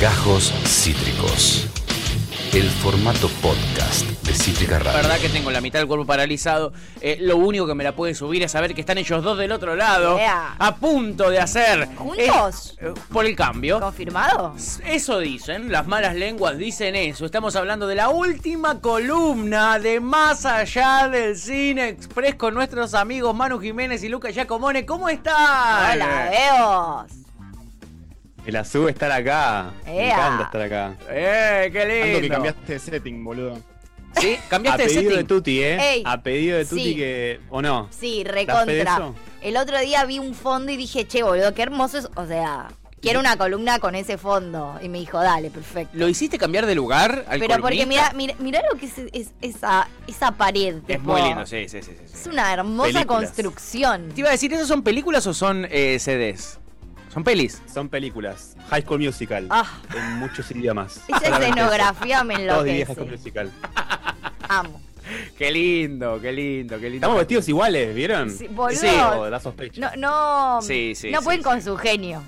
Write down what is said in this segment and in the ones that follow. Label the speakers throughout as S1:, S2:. S1: Gajos Cítricos. El formato podcast de Cítrica
S2: La
S1: Radio.
S2: verdad que tengo la mitad del cuerpo paralizado. Eh, lo único que me la puede subir es saber que están ellos dos del otro lado.
S3: Ea.
S2: A punto de hacer.
S3: ¿Juntos?
S2: eh, por el cambio.
S3: ¿Confirmado?
S2: Eso dicen, las malas lenguas dicen eso. Estamos hablando de la última columna de Más Allá del Cine Express con nuestros amigos Manu Jiménez y Luca Giacomone. ¿Cómo están?
S3: ¡Hola, veos!
S4: Me la sube estar acá. Me
S3: Ea.
S4: encanta estar acá.
S2: ¡Eh, qué lindo!
S4: Tanto que cambiaste de setting, boludo.
S2: ¿Sí?
S4: A
S2: ¿Cambiaste de
S4: pedido de
S2: setting?
S4: Tuti, ¿eh?
S3: Ey.
S4: A pedido de Tuti
S3: Sí.
S4: que... ¿O no?
S3: Sí,
S4: ¿La fe de
S3: recontra.
S4: eso?
S3: El otro día vi un fondo y dije, che, boludo, qué hermoso es. O sea, quiero una columna con ese fondo. Y me dijo, dale, perfecto.
S2: ¿Lo hiciste cambiar de lugar al
S3: Pero porque
S2: columnista?
S3: mira, mira, lo que es, es- esa, esa pared.
S2: Es
S3: tipo,
S2: muy lindo, sí, sí, sí. sí, sí.
S3: Es una hermosa
S4: Películas.
S3: construcción.
S2: Te iba a decir, ¿esas son películas o son eh, CDs? Son pelis.
S4: Son películas. High School Musical.
S3: Ah.
S4: En muchos idiomas.
S3: Esa
S4: Solamente
S3: escenografía me
S4: eso. Todos dirían High School
S3: enloquece.
S4: Musical.
S3: Amo.
S2: Qué lindo, qué lindo, qué lindo.
S4: Estamos vestidos iguales, ¿vieron?
S3: Sí, boludo.
S2: Sí,
S4: Oh, da sospecha.
S3: No, no.
S2: Sí, sí,
S3: no
S2: sí,
S3: pueden
S2: sí.
S3: con su genio.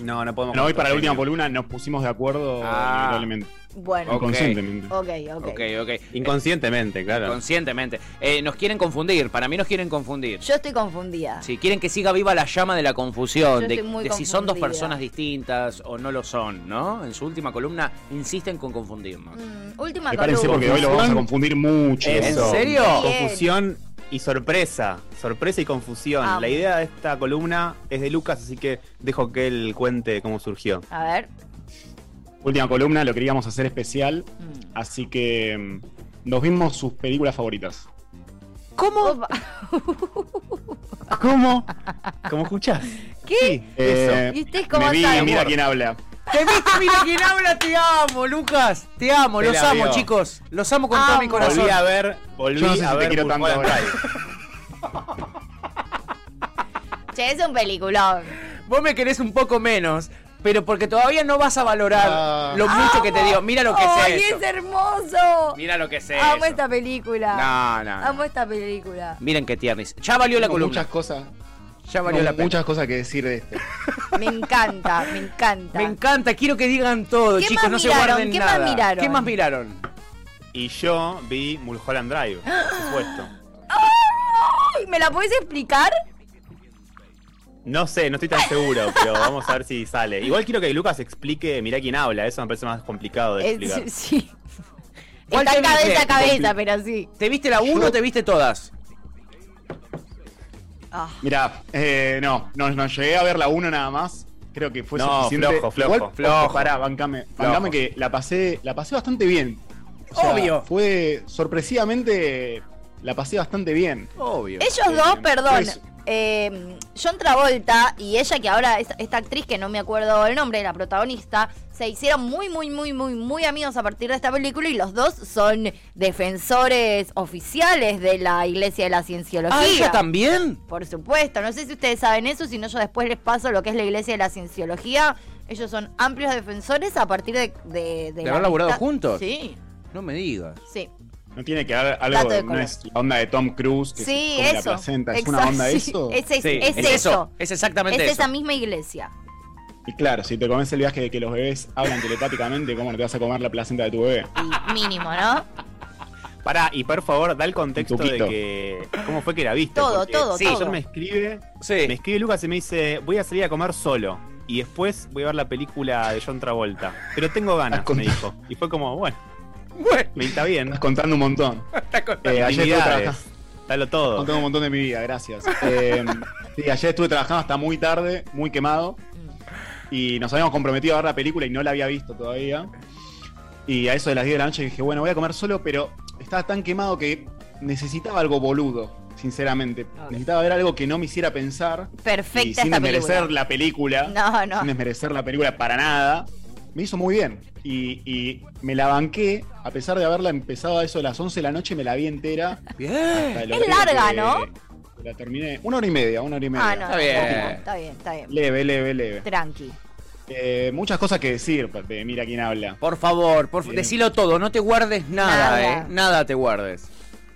S4: No, no, podemos...
S5: Bueno, hoy para
S4: contar,
S5: la última
S4: genio.
S5: columna nos pusimos de acuerdo
S2: Ah.
S5: indudablemente,
S3: Bueno,
S2: Ok.
S5: inconscientemente.
S3: ok, ok.
S2: Ok, ok.
S4: Inconscientemente, claro.
S2: Conscientemente. Eh, nos quieren confundir, para mí nos quieren confundir.
S3: Yo estoy confundida.
S2: Si quieren que siga viva la llama de la confusión,
S3: Yo
S2: de,
S3: estoy muy
S2: de si son dos
S3: confundida.
S2: personas distintas o no lo son, ¿no? En su última columna insisten con confundirnos.
S3: Mm, última
S5: Prepárense
S3: columna.
S5: porque hoy lo vamos a confundir mucho.
S4: Eso.
S2: ¿En serio?
S3: Bien.
S4: Confusión y sorpresa. Sorpresa y confusión.
S3: Amo.
S4: La idea de esta columna es de Lucas, así que dejo que él cuente cómo surgió.
S3: A ver.
S5: Última columna, lo queríamos hacer especial,
S3: Mm.
S5: así que mm, nos vimos sus películas favoritas.
S2: ¿Cómo?
S3: Opa.
S4: ¿Cómo? ¿Cómo escuchás?
S3: ¿Qué?
S4: Sí,
S5: Eh,
S3: ¿Y ustedes cómo
S5: me vi,
S3: saben?
S5: Mira quién habla.
S2: ¿Te viste? Mira quién habla, te amo, Lucas. Te amo,
S4: Te
S2: los
S4: la
S2: amo,
S4: vio.
S2: chicos. Los amo con todo mi
S3: Amo.
S2: corazón.
S4: Volví a ver, volví
S5: Yo no sé
S4: a
S5: si te
S4: ver
S5: quiero
S4: Mulholland
S5: tanto ahora.
S4: Drive.
S3: Che, es un peliculón.
S2: Vos me querés un poco menos, pero porque todavía no vas a valorar
S5: Ah.
S2: lo mucho que te digo. Mira lo que es
S3: ¡Ay,
S2: eso.
S3: es hermoso!
S2: Mira lo que es
S3: Amo
S2: eso.
S3: esta película.
S2: No, no,
S3: Amo
S2: no.
S3: esta película.
S2: Miren qué tiernis. Ya valió la
S6: Tengo
S2: columna.
S6: Muchas cosas.
S2: Ya valió
S6: tengo
S2: la pena.
S6: muchas cosas que decir de este.
S3: Me encanta, me encanta.
S2: Me encanta, quiero que digan todo,
S3: ¿Qué
S2: chicos,
S3: más
S2: no se
S3: miraron?
S2: guarden
S3: ¿Qué más
S2: nada.
S3: miraron?
S2: ¿Qué más miraron?
S4: Y yo vi Mulholland Drive, por supuesto.
S3: ¡Ay! ¿Me la podés explicar?
S4: No sé, Eh, no estoy tan seguro, pero vamos a ver si sale. Igual quiero que Lucas explique, mirá quién habla, eso me parece más complicado de
S3: Eh,
S4: explicar.
S3: sí, sí.
S2: ¿Cuál te
S3: Está cabeza
S2: viste?
S3: a cabeza, pero sí.
S2: ¿Te viste la 1 o te viste todas?
S3: Ah.
S5: Mirá, eh, no, no, no llegué a ver la 1 nada más. Creo que fue
S4: No,
S5: suficiente.
S4: flojo, flojo,
S5: Igual,
S4: flojo.
S5: Pará, bancame. Bancame que la pasé, la pasé bastante bien. O sea,
S2: Obvio.
S5: Fue sorpresivamente. La pasé bastante bien.
S2: Obvio.
S3: Ellos dos,
S5: Eh,
S3: perdón.
S5: pues-
S3: eh, John Travolta y ella, que ahora es esta actriz que no me acuerdo el nombre, la protagonista, se hicieron muy, muy, muy, muy, muy amigos a partir de esta película y los dos son defensores oficiales de la Iglesia de la Cienciología.
S2: ¿Ah, ella también?
S3: Por supuesto, no sé si ustedes saben eso, si no yo después les paso lo que es la Iglesia de la Cienciología. Ellos son amplios defensores a partir de... ¿De,
S2: ¿De haber laburado
S3: amistad.
S2: juntos?
S3: Sí,
S2: No me digas.
S3: sí.
S5: No tiene que haber algo,
S3: Dato de
S5: de, no
S3: color.
S5: es la onda de Tom Cruise, que
S3: Sí,
S5: se come la
S3: eso.
S5: placenta, es
S3: Exacto,
S5: una onda de
S3: sí.
S5: eso.
S3: Es, es-
S2: Sí,
S3: es eso.
S2: Es exactamente
S3: es
S2: eso.
S3: esa misma iglesia.
S5: Y claro, si te comes el viaje de que los bebés hablan telepáticamente, ¿cómo no te vas a comer la placenta de tu bebé?
S3: Y mínimo, ¿no?
S4: Pará, y por favor, da el contexto de
S5: Tuquito.
S4: que. ¿Cómo fue que la viste?
S3: Todo,
S4: porque
S3: todo,
S4: ayer
S3: todo.
S4: me escribe,
S2: Sí.
S4: me escribe Lucas y me dice: Voy a salir a comer solo. Y después voy a ver la película de John Travolta. Pero tengo ganas,
S5: Con-
S4: me dijo. Y fue como, bueno,
S2: Bueno,
S4: me está bien.
S5: Estás contando un montón. Eh, ayer estuve
S4: Actividades,
S5: trabajando.
S4: Dalo todo.
S5: Contando un montón de mi vida, gracias. Eh, sí, ayer estuve trabajando hasta muy tarde, muy quemado. Y nos habíamos comprometido a ver la película y no la había visto todavía. Y a eso de las 10 de la noche dije, bueno, voy a comer solo, pero estaba tan quemado que necesitaba algo boludo, sinceramente.
S3: Ok.
S5: Necesitaba ver algo que no me hiciera pensar. y
S3: Perfecta
S5: sin
S3: esta
S5: desmerecer
S3: película.
S5: la película.
S3: No,
S5: sin
S3: no.
S5: desmerecer la película para nada. Me hizo muy bien. Y, y me la banqué, a pesar de haberla empezado a eso de las 11 de la noche, me la vi entera.
S2: Bien.
S5: Hasta lo
S3: Es
S5: creo
S3: larga,
S5: que La terminé. Una hora y media, una hora y media.
S3: Ah, no.
S2: Está bien.
S3: Está bien, está bien.
S5: Leve, leve, leve.
S3: Tranqui.
S5: Eh, muchas cosas que decir, de mira quién habla.
S2: Por favor, por fa-
S5: Bien.
S2: decilo todo, no te guardes nada,
S3: Nada.
S2: eh. Nada te guardes.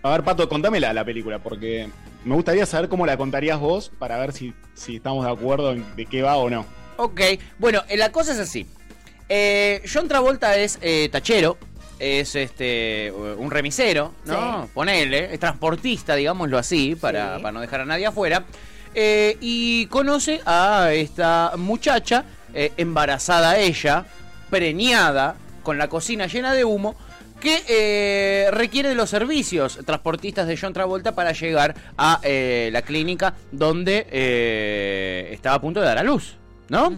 S5: A ver, Pato, contámela la película, porque me gustaría saber cómo la contarías vos para ver si, si estamos de acuerdo en de qué va o no.
S2: Ok, bueno, eh, la cosa es así. Eh, John Travolta es eh, tachero, es este un remisero, ¿no?
S3: Sí.
S2: Ponele, es transportista, digámoslo así, para,
S3: Sí.
S2: para no dejar a nadie afuera. Eh, y conoce a esta muchacha, eh, embarazada ella, preñada, con la cocina llena de humo, que eh, requiere de los servicios transportistas de John Travolta para llegar a eh, la clínica donde eh, estaba a punto de dar a luz, ¿no?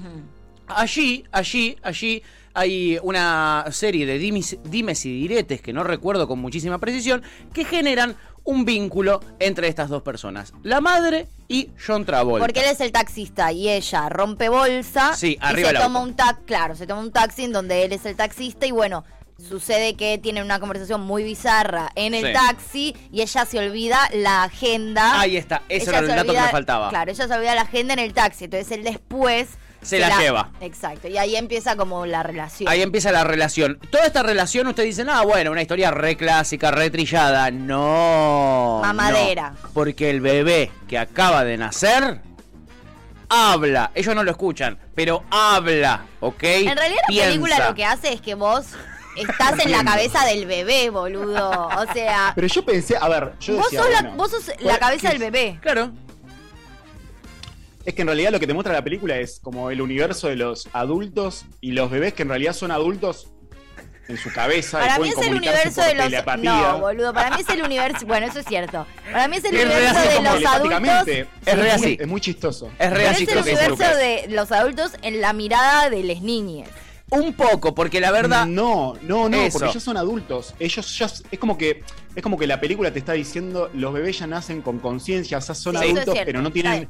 S2: Allí, allí, allí hay una serie de dimis- dimes y diretes que no recuerdo con muchísima precisión que generan un vínculo entre estas dos personas, la madre y John Travolta.
S3: Porque él es el taxista y ella rompe bolsa.
S2: Sí,
S3: y
S2: arriba
S3: se
S2: el
S3: toma
S2: auto.
S3: un taxi, claro, se toma un taxi en donde él es el taxista y bueno, sucede que tienen una conversación muy bizarra en el
S2: Sí.
S3: taxi y ella se olvida la agenda.
S2: Ahí está, ese
S3: ah, Ella
S2: era el
S3: se
S2: dato que
S3: olvida-
S2: me faltaba.
S3: Claro, ella se olvida la agenda en el taxi, entonces él después
S2: Se la lleva.
S3: Exacto, y ahí empieza como la relación.
S2: Ahí empieza la relación. Toda esta relación usted dice, ah, bueno, una historia re clásica, re trillada. No.
S3: Mamadera.
S2: no. Porque el bebé que acaba de nacer habla. Ellos no lo escuchan, pero habla, ¿ok?
S3: En realidad la película lo que hace es que vos estás en la
S5: Entiendo.
S3: cabeza del bebé, boludo. O sea,
S5: Pero yo pensé, a ver, yo
S3: vos
S5: decía,
S3: sos, la,
S5: bueno,
S3: vos sos la
S5: ¿cuál-
S3: cabeza del
S5: qué
S3: bebé.
S2: Claro.
S5: Es que en realidad lo que te muestra la película es como el universo de los adultos y los bebés que en realidad son adultos en su cabeza. y
S3: Para mí
S5: pueden
S3: es el
S5: comunicarse
S3: universo
S5: por
S3: de los
S5: telepatía.
S3: no, boludo, para mí es el universo, bueno, eso es cierto. Para mí es el
S2: Es re
S3: universo
S2: así
S3: de
S2: como
S3: los adultos.
S5: telepáticamente.
S2: Es re así.
S5: Es muy chistoso.
S2: Es re
S3: pero este
S2: así
S3: es el
S2: creo que es,
S3: universo
S2: Lucas.
S3: de los adultos en la mirada de las niñas.
S2: Un poco, porque la verdad.
S5: No, no, no,
S2: Eso.
S5: porque ya son adultos. Ellos ya es como que es como que la película te está diciendo los bebés ya nacen con conciencia, ya son
S3: Sí, eso es
S5: adultos,
S3: cierto,
S5: pero no
S3: está
S5: tienen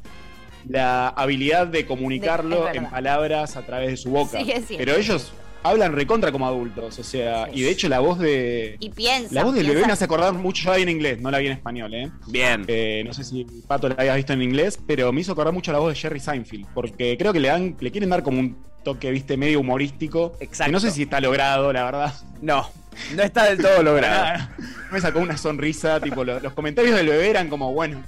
S5: la habilidad de
S3: De-
S5: comunicarlo
S3: es verdad.
S5: en palabras a través de su boca.
S3: Sí, es cierto.
S5: pero ellos hablan recontra como adultos, o sea,
S3: Sí.
S5: y de hecho la voz de
S3: Y piensa.
S5: la voz del bebé me hace
S3: piensa-
S5: acordar mucho, yo la vi en inglés, no la vi en español, ¿eh?
S2: Bien.
S5: Eh, no sé si Pato la habías visto en inglés, pero me hizo acordar mucho la voz de Jerry Seinfeld, porque creo que le dan, le quieren dar como un toque, viste, medio humorístico.
S2: Exacto.
S5: que no sé si está logrado, la verdad.
S2: No. No está del todo
S5: Ah.
S2: logrado.
S5: me sacó una sonrisa, tipo, lo- los, comentarios del bebé eran como, bueno,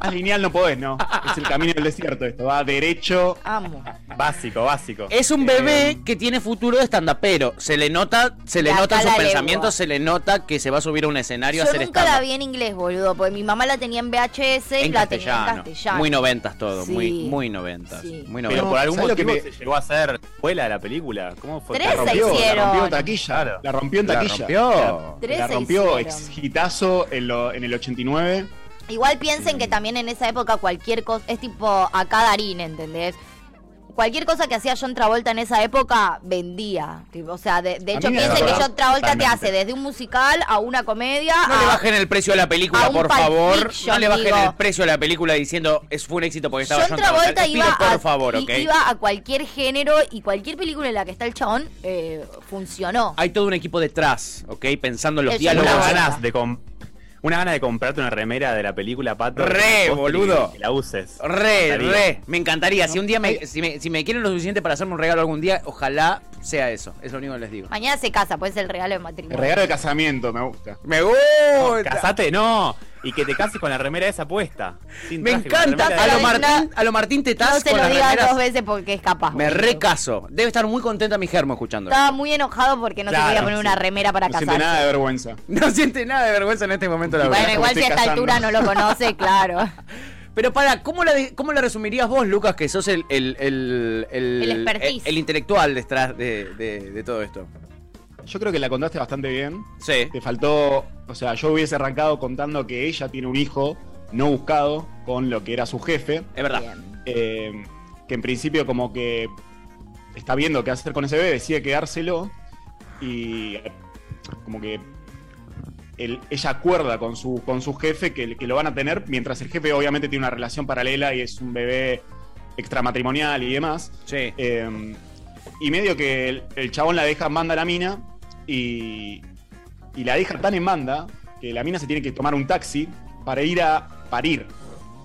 S5: más lineal no podés, ¿no? Es el camino del desierto esto, va derecho.
S3: Amo.
S4: Básico, básico.
S2: Es un bebé
S5: Eh,
S2: que tiene futuro de stand pero se le nota, se le
S3: La
S2: nota en sus
S3: cala lengua.
S2: pensamientos, se le nota que se va a subir a un escenario
S3: Yo
S2: a hacer
S3: nunca la
S2: stand
S3: vi en inglés, boludo, porque mi mamá la tenía en VHS y
S2: en
S3: la
S2: castellano.
S3: tenía en castellano.
S2: Muy noventas todo,
S3: Sí.
S2: muy, muy noventas.
S3: Sí.
S2: Muy
S4: Pero
S2: noventas.
S4: por algún
S5: ¿sabes lo que
S4: motivo
S5: me-
S4: se llegó a hacer escuela de la película. ¿Cómo fue?
S3: Tres
S4: que
S3: se
S5: rompió, la rompió
S3: hicieron.
S5: en taquilla.
S4: Claro.
S5: La rompió en
S2: La
S5: taquilla.
S2: rompió.
S3: Tres
S5: la
S3: se
S5: rompió
S3: hicieron.
S5: ex hitazo en, lo- en el 89.
S3: Igual piensen que también en esa época cualquier cosa es tipo acá Darín, ¿entendés? Cualquier cosa que hacía John Travolta en esa época vendía. Tipo, o sea, de, de
S5: A
S3: hecho
S5: mí me
S3: piensen que
S5: acordaba
S3: John Travolta te
S5: totalmente.
S3: hace desde un musical a una comedia
S2: No
S3: a-
S2: le bajen el precio a la
S3: a
S2: película,
S3: un
S2: por
S3: Pulp
S2: favor.
S3: Fiction,
S2: No le bajen
S3: digo.
S2: el precio a la película diciendo es fue un éxito porque estaba
S3: John Travolta
S2: Les pido,
S3: iba, a,
S2: por favor,
S3: i-
S2: ¿ok?
S3: iba a cualquier género y cualquier película en la que está el chabón eh, funcionó.
S2: Hay todo un equipo detrás, ¿ok? Pensando en los
S3: Eso
S2: diálogos.
S4: Unas
S3: Una
S4: ganas de com- una gana de comprarte una remera de la película, Pato.
S2: Re,
S4: con el póster
S2: boludo.
S4: y Que la uses.
S2: Re,
S4: Estaría.
S2: re, me encantaría. Si un día me, si me, si me quieren lo suficiente para hacerme un regalo algún día, ojalá sea eso. Es lo único que les digo.
S3: Mañana se casa, puede ser el regalo de
S5: El
S3: matrimonio.
S5: regalo de casamiento, me gusta.
S2: Me
S4: No,
S2: gusta.
S4: casate, no. Y que te cases con la remera esa puesta. Sin
S2: me
S4: traje, con la
S2: encanta.
S4: remera
S2: A lo
S4: de-
S3: Mar-
S2: Martín, a lo Martín
S3: No
S2: Tetaz
S3: se
S2: con
S3: lo
S2: las
S3: digas
S2: remeras.
S3: dos veces porque es capaz.
S2: Me
S3: boludo.
S2: recaso. Debe estar muy contenta mi germo escuchando.
S3: Estaba muy enojado porque no se
S4: Claro,
S3: quería poner
S4: sí.
S3: una remera para
S5: No
S3: casarse.
S5: siente nada de vergüenza.
S2: No siente nada de vergüenza en este momento, la
S3: Bueno,
S2: verdad.
S3: igual si a esta
S5: casando.
S3: altura no lo conoce, claro.
S2: Pero para, ¿cómo la, de- cómo la resumirías vos, Lucas, que sos el, el, el,
S3: El expertise.
S2: el intelectual detrás de, de- de todo esto?
S5: Yo creo que la contaste bastante bien.
S2: Sí.
S5: Te faltó, o sea, yo hubiese arrancado contando que ella tiene un hijo no buscado con lo que era su jefe,
S2: Es verdad.
S3: Bien.
S5: eh, que en principio como que está viendo qué hacer con ese bebé, decide quedárselo y eh, como que él- ella acuerda con su, con su jefe que, que lo van a tener, mientras el jefe obviamente tiene una relación paralela y es un bebé extramatrimonial y demás.
S2: Sí.
S5: Eh, y medio que el, el chabón la deja en banda a la mina y, y la deja tan en banda que la mina se tiene que tomar un taxi para ir a parir.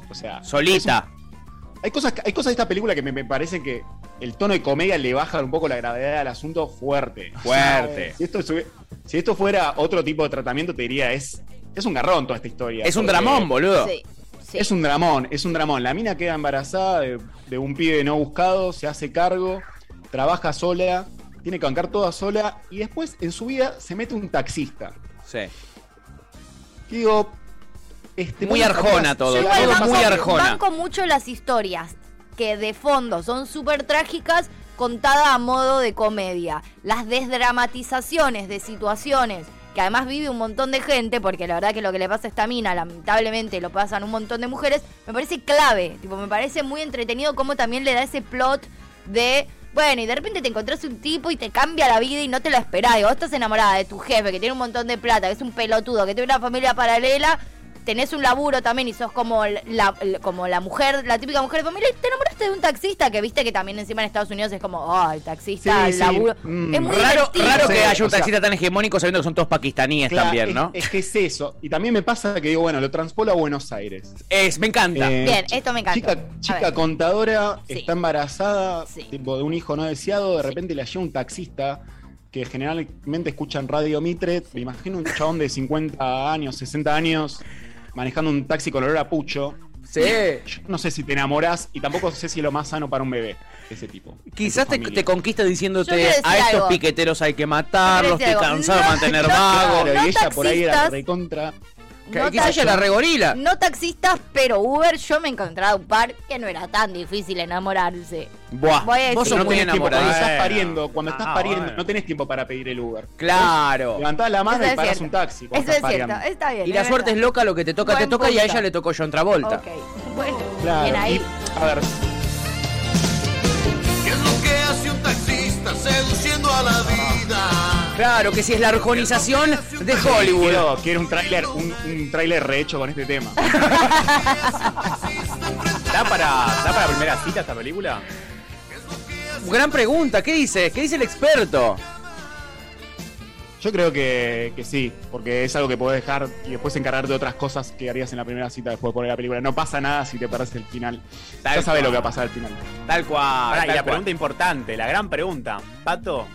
S5: O sea,
S2: Solita.
S5: hay cosas, hay cosas de esta película que me, me parece que el tono de comedia le baja un poco la gravedad al asunto fuerte.
S2: Fuerte.
S5: Si esto, sube- si esto fuera otro tipo de tratamiento, te diría, es, es un garrón toda esta historia.
S2: Es un
S5: porque-
S2: dramón, boludo.
S3: Sí, sí.
S5: es un dramón, es un dramón. La mina queda embarazada de, de un pibe no buscado, se hace cargo, trabaja sola, tiene que bancar toda sola y después en su vida se mete un taxista.
S2: Sí.
S5: Que digo, este,
S2: Muy
S5: bueno,
S2: arjona
S5: capaz-
S2: todo.
S3: Yo igual
S2: todo
S3: banco-
S2: muy arjona.
S3: banco mucho las historias que de fondo son súper trágicas contadas a modo de comedia. Las desdramatizaciones de situaciones que además vive un montón de gente, porque la verdad que lo que le pasa a esta mina, lamentablemente lo pasan un montón de mujeres, me parece clave. Tipo, me parece muy entretenido cómo también le da ese plot de... Bueno, y de repente te encontrás un tipo y te cambia la vida y no te lo esperás. Y vos estás enamorada de tu jefe, que tiene un montón de plata, que es un pelotudo, que tiene una familia paralela, tenés un laburo también y sos como la, la- como la mujer, la típica mujer de familia, y te enamoraste de un taxista que viste que también encima en Estados Unidos es como, ay, taxista,
S5: Sí,
S3: el
S5: sí.
S3: laburo.
S5: Mm.
S3: es muy
S2: Raro,
S3: divertido.
S2: raro que
S5: Sí,
S2: haya un
S5: o sea-
S2: taxista tan hegemónico sabiendo que son todos pakistaníes
S5: Claro,
S2: también,
S5: es-
S2: ¿no? Es,
S5: Es, que es eso. Y también me pasa que digo, bueno, lo transpolo a Buenos Aires.
S2: me encanta.
S5: Eh,
S3: Bien, esto me encanta.
S5: Chica,
S3: A
S5: chica
S3: ver.
S5: contadora,
S3: Sí.
S5: está embarazada,
S3: Sí.
S5: tipo de un hijo no deseado, de repente le llega un taxista que generalmente escuchan Radio Mitre, me imagino un chabón de 50 años, 60 años, manejando un taxi con olor a pucho.
S7: Sí.
S5: Yo no sé si te enamorás y tampoco sé si es lo más sano para un bebé, ese tipo.
S2: Quizás te, te
S5: con
S2: conquista
S3: Yo quiero
S2: diciéndote
S3: decir
S2: a estos
S3: algo.
S2: piqueteros hay que matarlos,
S3: Yo quiero
S2: estoy
S3: decir
S2: cansado
S3: algo.
S2: de
S3: No,
S2: mantener
S3: no,
S2: vagos.
S5: Claro, y ella por ahí era
S3: taxistas.
S5: recontra.
S2: Que-
S3: No
S2: Quizás ella
S3: taxi-
S2: era regorila.
S3: No taxistas, pero Uber, yo me he encontrado un par que no era tan difícil enamorarse.
S2: Buah,
S3: Voy a decir-
S2: vos sos
S3: No
S2: muy
S5: tenés tiempo cuando
S2: enamorada.
S5: estás
S4: Bueno.
S5: pariendo, cuando estás
S4: Ah,
S5: pariendo,
S4: bueno.
S5: no tenés tiempo para pedir el Uber.
S2: Claro.
S5: Levantás la mano
S3: Eso
S5: y
S3: es
S5: parás
S3: cierto.
S5: un taxi. cuando
S3: Eso es
S5: estás
S3: cierto,
S5: pariando.
S3: está bien.
S2: Y la suerte es loca, lo que te toca,
S3: Buen
S2: te toca y a
S3: punto.
S2: ella le tocó John Travolta.
S3: Ok, bueno,
S5: Claro.
S3: bien ahí.
S5: Y, a ver,
S8: ¿Qué es lo que hace un taxista seduciendo a la vida?
S2: Claro que sí, es la arjonización de Hollywood.
S5: quiero, quiero un tráiler, un, un tráiler rehecho con este tema.
S4: ¿Da para, ¿Da para primera cita esta película?
S2: Gran pregunta, ¿qué dice? ¿Qué dice el experto?
S5: Yo creo que, que sí, porque es algo que podés dejar y después encargar de otras cosas que harías en la primera cita después de poner la película. No pasa nada si te perdés el final.
S4: Tal
S5: ya sabes
S4: cual.
S5: lo que va a pasar al final.
S2: Tal cual.
S4: Pará, Ah,
S2: tal
S4: y la
S2: cual.
S4: pregunta importante, la gran pregunta. Pato,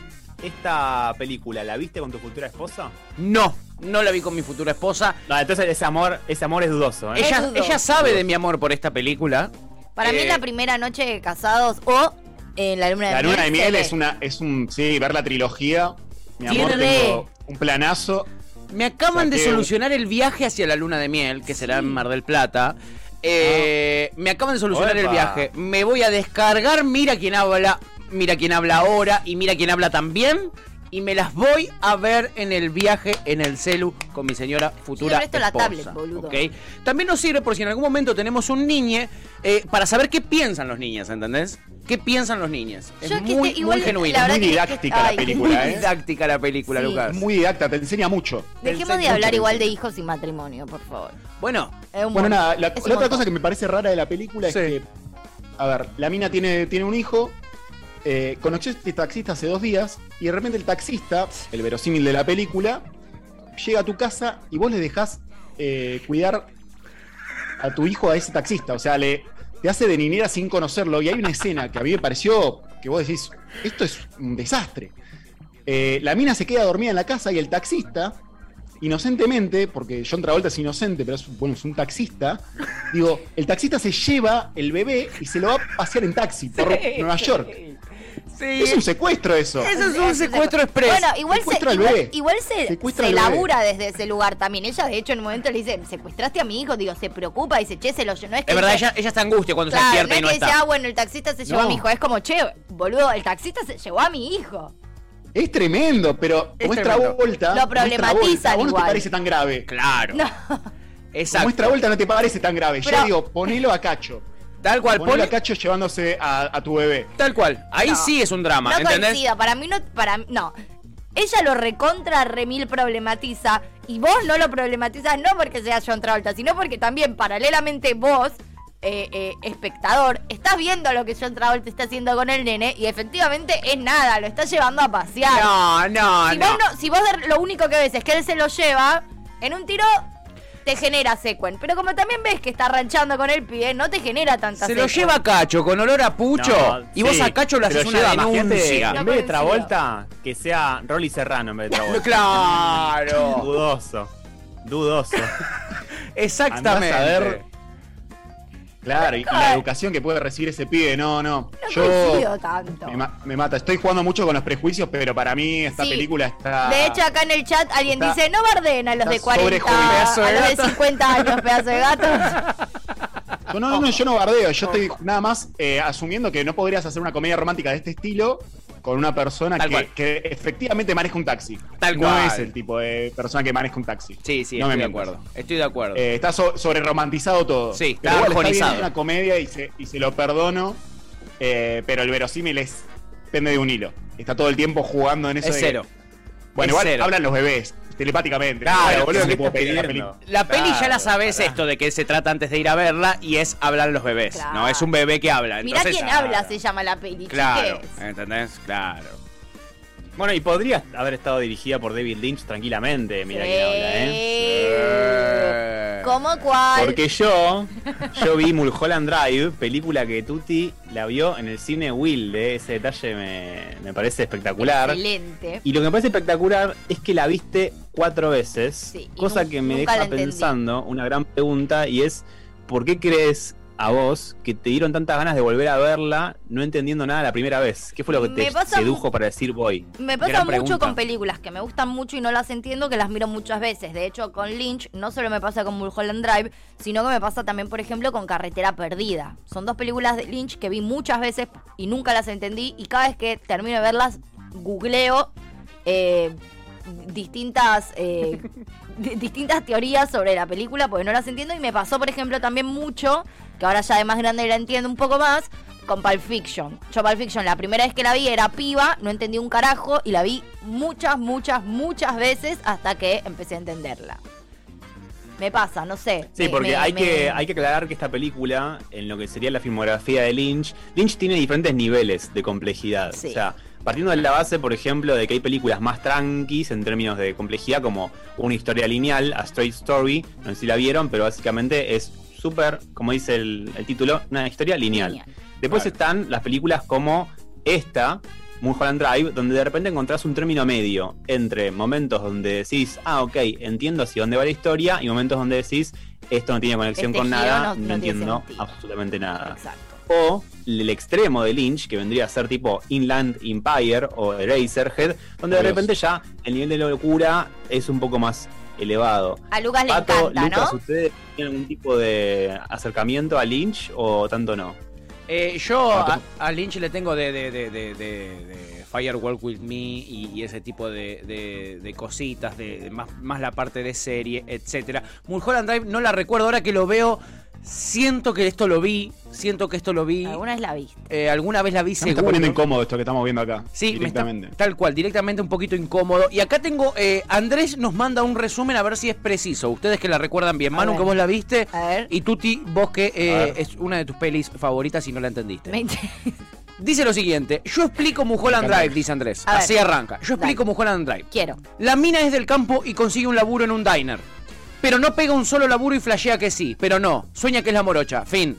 S4: ¿esta película la viste con tu futura esposa?
S2: No, no la vi con mi futura esposa.
S4: No, entonces ese amor, ese amor es dudoso, ¿eh?
S2: Ella,
S3: dudo.
S2: ella sabe de mi amor por esta película.
S3: Para mí
S2: Eh,
S3: la primera noche de casados o en la luna de
S5: La
S3: miel.
S5: luna de
S3: se
S5: miel
S3: ve.
S5: es una, es un, sí, ver la trilogía. Mi amor,
S2: Tiene-
S5: tengo un planazo.
S2: Me acaban de
S5: Saqueo.
S2: solucionar el viaje hacia la luna de miel, que será en Mar del Plata.
S3: Ah.
S2: Eh, Me acaban de solucionar el
S4: Opa.
S2: viaje. Me voy a descargar, mira quién habla, mira quién habla ahora y mira quién habla también. Y me las voy a ver en el viaje en el celu con mi señora futura
S3: Quiero esto en la
S2: esposa.
S3: tablet, boludo.
S2: ¿ok? También nos sirve por si en algún momento tenemos un niñe eh, para saber qué piensan los niños, ¿entendés? ¿Qué piensan los niños? Es
S3: Yo que
S2: muy,
S3: este- igual
S2: muy genuino.
S3: la verdad
S5: muy
S3: que-
S5: didáctica la
S3: ay,
S5: película.
S2: muy
S5: ¿eh?
S2: didáctica la película,
S3: Sí.
S2: Lucas.
S5: Muy didacta, te enseña mucho.
S3: Dejemos de
S5: Pensé
S3: hablar
S5: mucho
S3: igual
S5: en eso.
S3: de hijos y matrimonio, por favor.
S2: Bueno,
S3: Es un
S5: Bueno,
S3: mon-
S5: nada, la,
S3: es un
S5: la otra
S3: montón.
S5: cosa que me parece rara de la película
S2: Sí.
S5: es que, a ver, la mina tiene, tiene un hijo, eh, conoció a este taxista hace dos días, y de repente el taxista, el verosímil de la película, llega a tu casa y vos le dejás eh, cuidar a tu hijo a ese taxista, o sea, le, te hace de niñera sin conocerlo, y hay una escena que a mí me pareció que vos decís, esto es un desastre. Eh, la mina se queda dormida en la casa y el taxista, inocentemente, porque John Travolta es inocente, pero es, bueno, es un taxista, digo, el taxista se lleva el bebé y se lo va a pasear en taxi por Nueva York.
S2: sí,
S5: Es un secuestro eso.
S2: Eso es un secuestro express.
S3: Bueno, igual
S5: Secuestro
S3: se,
S5: al
S3: igual,
S5: bebé.
S3: igual se,
S5: Secuestra
S3: se
S5: al bebé.
S3: labura desde ese lugar también. Ella, de hecho, en un momento le dice, secuestraste a mi hijo, digo, se preocupa, dice, che, se lo lle-". No es que
S2: Es verdad,
S3: dice-
S2: ella, ella está angustia cuando
S3: Claro,
S2: se despierta
S3: no
S2: y no
S3: es que dice,
S2: está.
S3: ah, bueno, el taxista se llevó a
S5: No.
S3: mi hijo. Es como, che, boludo, el taxista se llevó a mi hijo.
S5: Es tremendo, pero
S2: Es
S5: como es
S2: tremendo.
S5: Travolta.
S3: Lo
S5: como es
S3: problematizan
S5: Travolta, a vos no
S3: igual.
S5: te parece tan grave.
S2: Claro.
S3: No.
S5: Como
S2: Exacto.
S5: es Travolta no te parece tan grave.
S3: Pero-
S5: Yo digo, ponelo a cacho.
S2: Tal cual,
S5: Ponelo a
S2: Poli.
S5: cacho llevándose a, a tu bebé.
S2: Tal cual. Ahí
S3: No.
S2: sí es un drama,
S3: No
S2: ¿entendés?
S3: coincido, para mí no, para mí- no. Ella lo recontra remil problematiza y vos no lo problematizas no porque sea John Travolta, sino porque también paralelamente vos, eh, eh, espectador, estás viendo lo que John Travolta está haciendo con el nene y efectivamente es nada, lo está llevando a pasear.
S2: No, no,
S3: si,
S2: no.
S3: Vos no- si vos de- lo único que ves es que él se lo lleva, en un tiro te genera secuen. Pero como también ves que está ranchando con el pibe, no te genera tanta
S2: Se lo
S3: secuen.
S2: lleva a Cacho con olor a pucho
S4: No,
S2: y vos
S4: sí,
S2: a Cacho le
S4: pero
S2: haces una
S4: lleva, imagínate,
S2: denuncia.
S3: No
S4: En vez de
S3: coincido.
S4: Travolta, que sea Rolly Serrano en vez de Travolta.
S2: Claro.
S4: Dudoso. Dudoso.
S5: Andás
S2: Exactamente.
S5: a ver Claro, y, y la educación que puede recibir ese pibe, no,
S3: No
S5: no. Yo
S3: coincido tanto.
S5: me, ma- me mata. Estoy jugando mucho con los prejuicios, pero para mí esta
S3: Sí.
S5: película está.
S3: De hecho, acá en el chat alguien
S5: Está-
S3: dice, no barden a los
S5: está
S3: de 40,
S5: sobrejubilado.
S3: a
S2: Pedazo de
S3: los de
S2: gato.
S3: 50 años, pedazo de gato.
S5: No, no, no, yo no bardeo. Yo estoy nada más eh, asumiendo que no podrías hacer una comedia romántica de este estilo con una persona
S2: Tal
S5: que,
S2: cual.
S5: que efectivamente maneja un taxi.
S2: Tal
S5: no
S2: cual.
S5: es el tipo de persona que maneja un taxi.
S2: Sí, sí,
S5: No
S2: estoy
S5: me
S2: de
S5: mientas.
S2: acuerdo. Estoy de acuerdo.
S5: Eh, está so- sobre romantizado todo.
S2: Sí,
S5: Pero
S2: está
S5: igual bien,
S2: agonizado.
S5: es una comedia y se, y se lo perdono, eh, pero el verosímil es pende de un hilo. Está todo el tiempo jugando en eso.
S2: es
S5: de-
S2: cero.
S5: Bueno,
S2: es
S5: igual
S2: cero.
S5: hablan los bebés telepáticamente.
S4: Claro,
S5: Bueno,
S4: boludo,
S5: ¿qué
S4: ¿qué
S5: puedo
S4: estás
S5: pedir a la
S4: pidiendo?
S5: película?
S2: La peli ya la
S4: Claro,
S2: sabes
S4: pará.
S2: esto de que se trata antes de ir a verla y es hablar a los bebés.
S3: Claro.
S2: No, es un bebé que habla.
S3: Mirá
S2: entonces-
S3: quién
S2: Ah,
S3: habla, se llama la peli,
S2: Claro,
S3: chiques.
S2: ¿entendés? Claro.
S4: Bueno, y podría haber estado dirigida por David Lynch tranquilamente, mira
S3: Sí.
S4: quién habla, ¿eh?
S2: Eh,
S3: ¿Cómo cuál?
S4: Porque yo, yo vi Mulholland Drive, película que Tuti la vio en el cine Wilde, ese detalle me, me parece espectacular.
S3: Excelente.
S4: Y lo que me parece espectacular es que la viste cuatro veces,
S3: Sí, y
S4: cosa
S3: nu-
S4: que me
S3: nunca la
S4: deja
S3: entendí.
S4: pensando una gran pregunta y es, ¿por qué crees a vos que te dieron tantas ganas de volver a verla no entendiendo nada la primera vez? ¿Qué fue lo que
S3: Me
S4: te
S3: pasa
S4: sedujo para decir voy?
S3: Me pasa
S2: Gran
S3: mucho
S2: pregunta.
S3: con películas que me gustan mucho y no las entiendo, que las miro muchas veces. De hecho, con Lynch no solo me pasa con Mulholland Drive, sino que me pasa también, por ejemplo, con Carretera Perdida. Son dos películas de Lynch que vi muchas veces y nunca las entendí. Y cada vez que termino de verlas, googleo eh, distintas, eh, di- distintas teorías sobre la película porque no las entiendo. Y me pasó, por ejemplo, también mucho, que ahora ya de más grande la entiendo un poco más, con Pulp Fiction. Yo Pulp Fiction, la primera vez que la vi era piba, no entendí un carajo y la vi muchas, muchas, muchas veces hasta que empecé a entenderla. Me pasa, no sé.
S4: Sí,
S3: me-
S4: porque
S3: me-
S4: hay,
S3: me-
S4: que, hay que aclarar que esta película, en lo que sería la filmografía de Lynch, Lynch tiene diferentes niveles de complejidad.
S3: Sí.
S4: O sea, partiendo de la base, por ejemplo, de que hay películas más tranquis en términos de complejidad, como una historia lineal, A Straight Story, no sé si la vieron, pero básicamente es súper, como dice el, el título, una historia lineal.
S3: Genial.
S4: Después están las películas como esta, Mulholland Drive, donde de repente encontrás un término medio entre momentos donde decís, ah, ok, entiendo hacia dónde va la historia, y momentos donde decís, esto no tiene conexión
S3: Este
S4: con
S3: giro
S4: nada,
S3: no-
S4: no,
S3: no tiene
S4: entiendo
S3: sentido".
S4: absolutamente nada.
S3: Exacto.
S4: O el extremo de Lynch, que vendría a ser tipo Inland Empire o Eraserhead, donde de
S5: Dios.
S4: repente ya el nivel de locura es un poco más elevado.
S3: A Lucas le
S4: Pato,
S3: encanta,
S4: Lucas,
S3: ¿no?
S4: ¿ustedes tienen algún tipo de acercamiento a Lynch o tanto no?
S2: Eh, yo a, a Lynch le tengo de, de, de, de, de- de Fire Walk With Me y, y ese tipo de, de- de cositas, de, de más, más la parte de serie, etcétera. Mulholland Drive no la recuerdo, ahora que lo veo, siento que esto lo vi, siento que esto lo vi.
S3: Alguna vez la viste.
S2: eh, alguna vez la vi
S5: Ya Me está
S2: seguro.
S5: poniendo incómodo esto que estamos viendo acá.
S2: Sí, me está-
S5: directamente.
S2: tal cual, directamente un poquito incómodo. Y acá tengo, eh, Andrés nos manda un resumen a ver si es preciso. Ustedes que la recuerdan bien,
S3: A
S2: Manu,
S3: ver.
S2: que vos la viste.
S3: A ver.
S2: Y Tuti, vos que eh,
S5: A ver.
S2: es una de tus pelis favoritas y no la entendiste.
S3: Me inter-
S2: Dice lo siguiente, yo explico Mulholland Drive, dice Andrés.
S3: A ver.
S2: Así arranca. Yo explico Mulholland Drive.
S3: Quiero.
S2: La mina es del campo y consigue un laburo en un diner. Pero no pega un solo laburo y flashea que sí. Pero no, sueña que es la morocha. Fin.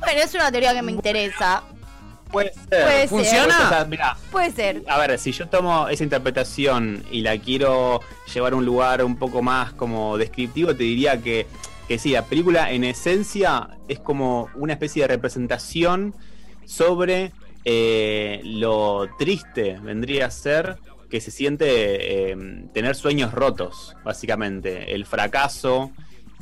S3: Bueno, es una teoría que me interesa.
S4: Puede ser.
S3: Puede
S2: ¿Funciona?
S3: ser.
S4: O sea, mirá,
S3: Puede ser.
S4: a ver, si yo tomo esa interpretación y la quiero llevar a un lugar un poco más como descriptivo, te diría que, que sí, la película en esencia es como una especie de representación sobre eh, lo triste, vendría a ser que se siente eh, tener sueños rotos, básicamente, el fracaso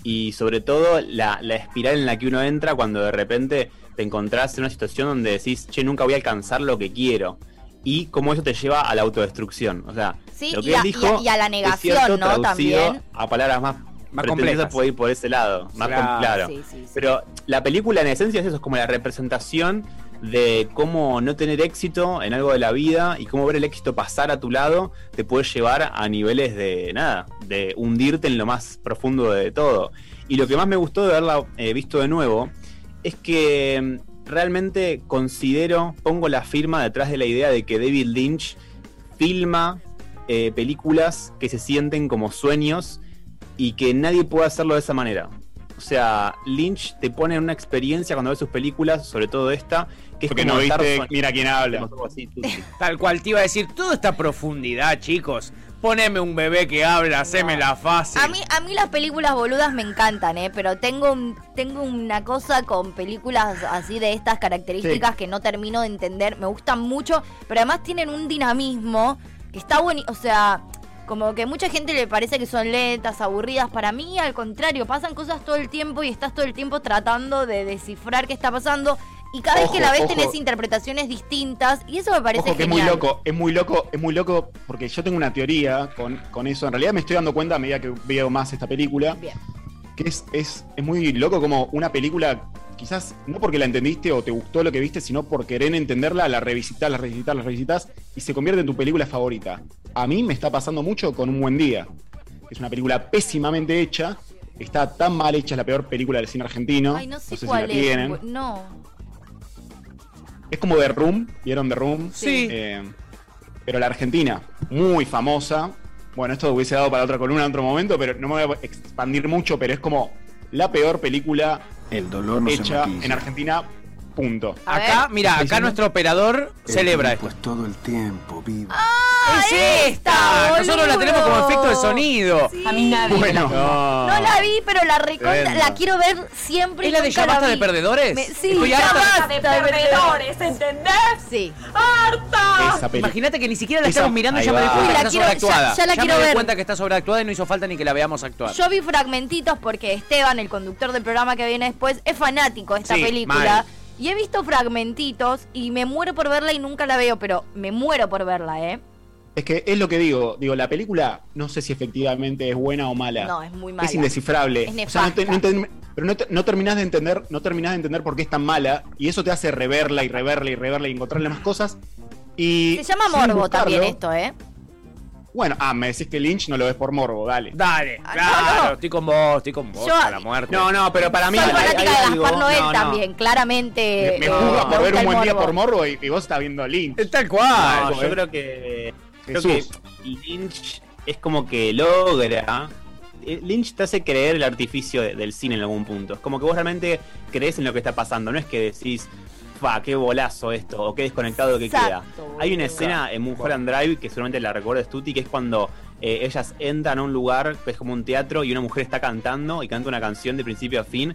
S4: y sobre todo la, la espiral en la que uno entra cuando de repente te encontrás en una situación donde decís, che, nunca voy a alcanzar lo que quiero. Y cómo eso te lleva a la autodestrucción. O sea,
S3: Sí,
S4: lo que
S3: y
S4: él
S3: a-
S4: dijo
S3: y a- y a la
S4: es
S3: negación,
S4: cierto,
S3: ¿no?
S4: traducido
S3: También.
S4: A palabras más,
S2: Más
S4: pretenciosas
S2: complejas.
S4: puede ir por ese lado. Más com-
S2: Claro.
S4: claro.
S3: Sí, sí, sí.
S4: Pero la película en esencia es eso, es como la representación de cómo no tener éxito en algo de la vida y cómo ver el éxito pasar a tu lado te puede llevar a niveles de nada, de hundirte en lo más profundo de todo. Y lo que más me gustó de haberla eh, visto de nuevo es que mm, realmente considero, pongo la firma detrás de la idea de que David Lynch filma eh, películas que se sienten como sueños y que nadie puede hacerlo de esa manera. O sea, Lynch te pone en una experiencia cuando ves sus películas, sobre todo esta, que es
S5: Porque
S4: como
S5: no
S4: estar
S5: viste,
S4: soñando
S5: mira quién habla.
S4: algo así, tú, sí.
S2: Tal cual te iba a decir, toda esta profundidad, chicos.
S6: Poneme un bebé que habla, haceme la fácil.
S3: A mí, a mí las películas boludas me encantan, ¿eh? Pero tengo, un- tengo una cosa con películas así de estas características que no termino de entender. Me gustan mucho, pero además tienen un dinamismo que está bueno. O sea, como que mucha gente le parece que son lentas, aburridas. Para mí, al contrario, pasan cosas todo el tiempo y estás todo el tiempo tratando de descifrar qué está pasando. Y cada vez que
S5: Ojo,
S3: la ves
S5: ojo.
S3: tenés interpretaciones distintas. Y eso me parece
S5: Ojo que es muy
S3: genial.
S5: loco, es muy loco, es muy loco porque yo tengo una teoría con, con eso. En realidad me estoy dando cuenta a medida que veo más esta película.
S3: Bien.
S5: Que es, es, es muy loco como una película, quizás no porque la entendiste o te gustó lo que viste, sino por querer entenderla, la revisitas, la revisitas, la revisitas y se convierte en tu película favorita. A mí me está pasando mucho con Un Buen Día. que Es una película pésimamente hecha. Está tan mal hecha, es la peor película del cine argentino.
S3: Ay, no sé,
S5: si
S3: cuál
S5: la
S3: es.
S5: tienen.
S3: No.
S5: Es como The Room, ¿vieron The Room?
S6: Sí.
S5: Eh, pero la Argentina, muy famosa. Bueno, esto hubiese dado para otra columna en otro momento, pero no me voy a expandir mucho, pero es como la peor película
S8: El dolor no se
S5: hecha
S8: maquilla.
S5: en Argentina, punto.
S2: Ah,
S3: A
S6: Acá,
S3: ver.
S6: mira, acá nuestro operador
S4: Eh,
S8: El
S6: celebra
S8: tiempo
S6: esto.
S8: Este es todo el tiempo, vivo.
S3: ¡Es ¡Ah, esta,
S6: Nosotros la tenemos como
S3: boludo!
S6: efecto de sonido.
S9: A mí nadie. me la-
S5: No.
S3: No la vi, pero la recontra,
S5: Tremendo.
S3: la quiero ver siempre. y
S6: ¿Es la de
S3: nunca
S6: Ya basta de
S3: vi.
S6: perdedores?
S3: Me- sí,
S6: Estoy
S3: ya
S6: harta.
S3: basta
S9: de
S3: de perdedores.
S9: perdedores, ¿entendés?
S3: Sí.
S9: ¡Harta!
S5: Esa peli.
S6: Imagínate que ni siquiera la
S5: Esa-
S6: estamos mirando y ya me
S5: ahí
S6: doy
S5: va.
S3: Uy,
S6: cuenta que
S3: la
S6: está
S3: quiero-
S6: sobreactuada.
S3: ya- ya la quiero
S6: me doy
S3: ver.
S6: cuenta que está sobreactuada y no hizo falta ni que la veamos actuar.
S3: Yo vi fragmentitos porque Esteban, el conductor del programa que viene después, es fanático de esta
S6: Sí,
S3: película.
S6: mal.
S3: Y he visto fragmentitos y me muero por verla y nunca la veo, pero me muero por verla, ¿eh?
S5: Es que es lo que digo, digo, la película no sé si efectivamente es buena o mala.
S3: No, es muy mala.
S5: Es indescifrable.
S3: Es
S5: O sea, no te- no
S3: nefasta.
S5: enten- pero no, te- no terminás de entender, no terminás de entender por qué es tan mala y eso te hace reverla y reverla y reverla y encontrarle más cosas. Y
S3: Se llama
S5: sin
S3: Morbo
S5: buscarlo-
S3: también esto, ¿eh?
S5: Bueno, ah, me decís que Lynch no lo ves por Morbo, dale.
S6: Dale,
S3: Ah,
S6: claro,
S3: no, no.
S6: estoy con vos, estoy con vos
S3: Yo-
S6: hasta la muerte.
S4: No, no, pero para mí.
S3: Soy
S4: hay-
S3: fanática
S4: hay
S3: de Gaspar
S4: algo-
S3: Noel
S4: no, no.
S3: también, claramente.
S5: Me, me
S3: eh,
S5: juzgas
S3: me
S5: por ver
S3: gusta
S5: un
S3: el
S5: buen día
S3: morbo.
S5: por Morbo y, y vos estás viendo Lynch.
S6: Eh, Tal cual.
S4: No,
S5: Algo,
S4: yo
S5: eh.
S4: creo que. Creo que
S5: Jesús.
S4: Lynch es como que logra. eh, Lynch te hace creer el artificio de- del cine en algún punto. Es como que vos realmente crees en lo que está pasando. No es que decís, fa, qué bolazo esto, o qué desconectado que queda.
S3: Exacto, boludo.
S4: Hay una escena en Mulholland Drive que seguramente la recuerdas Tuti, que es cuando eh, ellas entran a un lugar que es como un teatro y una mujer está cantando y canta una canción de principio a fin.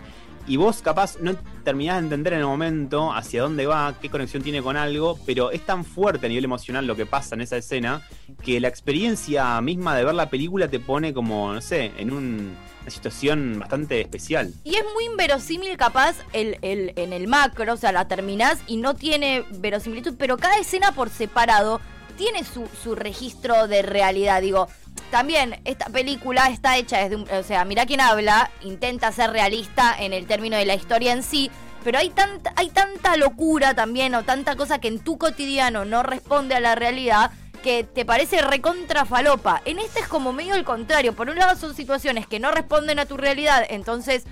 S4: Y vos capaz no terminás de entender en el momento hacia dónde va, qué conexión tiene con algo, pero es tan fuerte a nivel emocional lo que pasa en esa escena que la experiencia misma de ver la película te pone como, no sé, en un- una situación bastante especial.
S3: Y es muy inverosímil capaz el, el- en el macro, o sea, la terminás y no tiene verosimilitud, pero cada escena por separado tiene su, su registro de realidad. Digo, también esta película está hecha desde un... O sea, mira quién habla, intenta ser realista en el término de la historia en sí, pero hay, tanta hay tanta locura también o tanta cosa que en tu cotidiano no responde a la realidad que te parece recontra falopa. En este es como medio el contrario. Por un lado son situaciones que no responden a tu realidad, entonces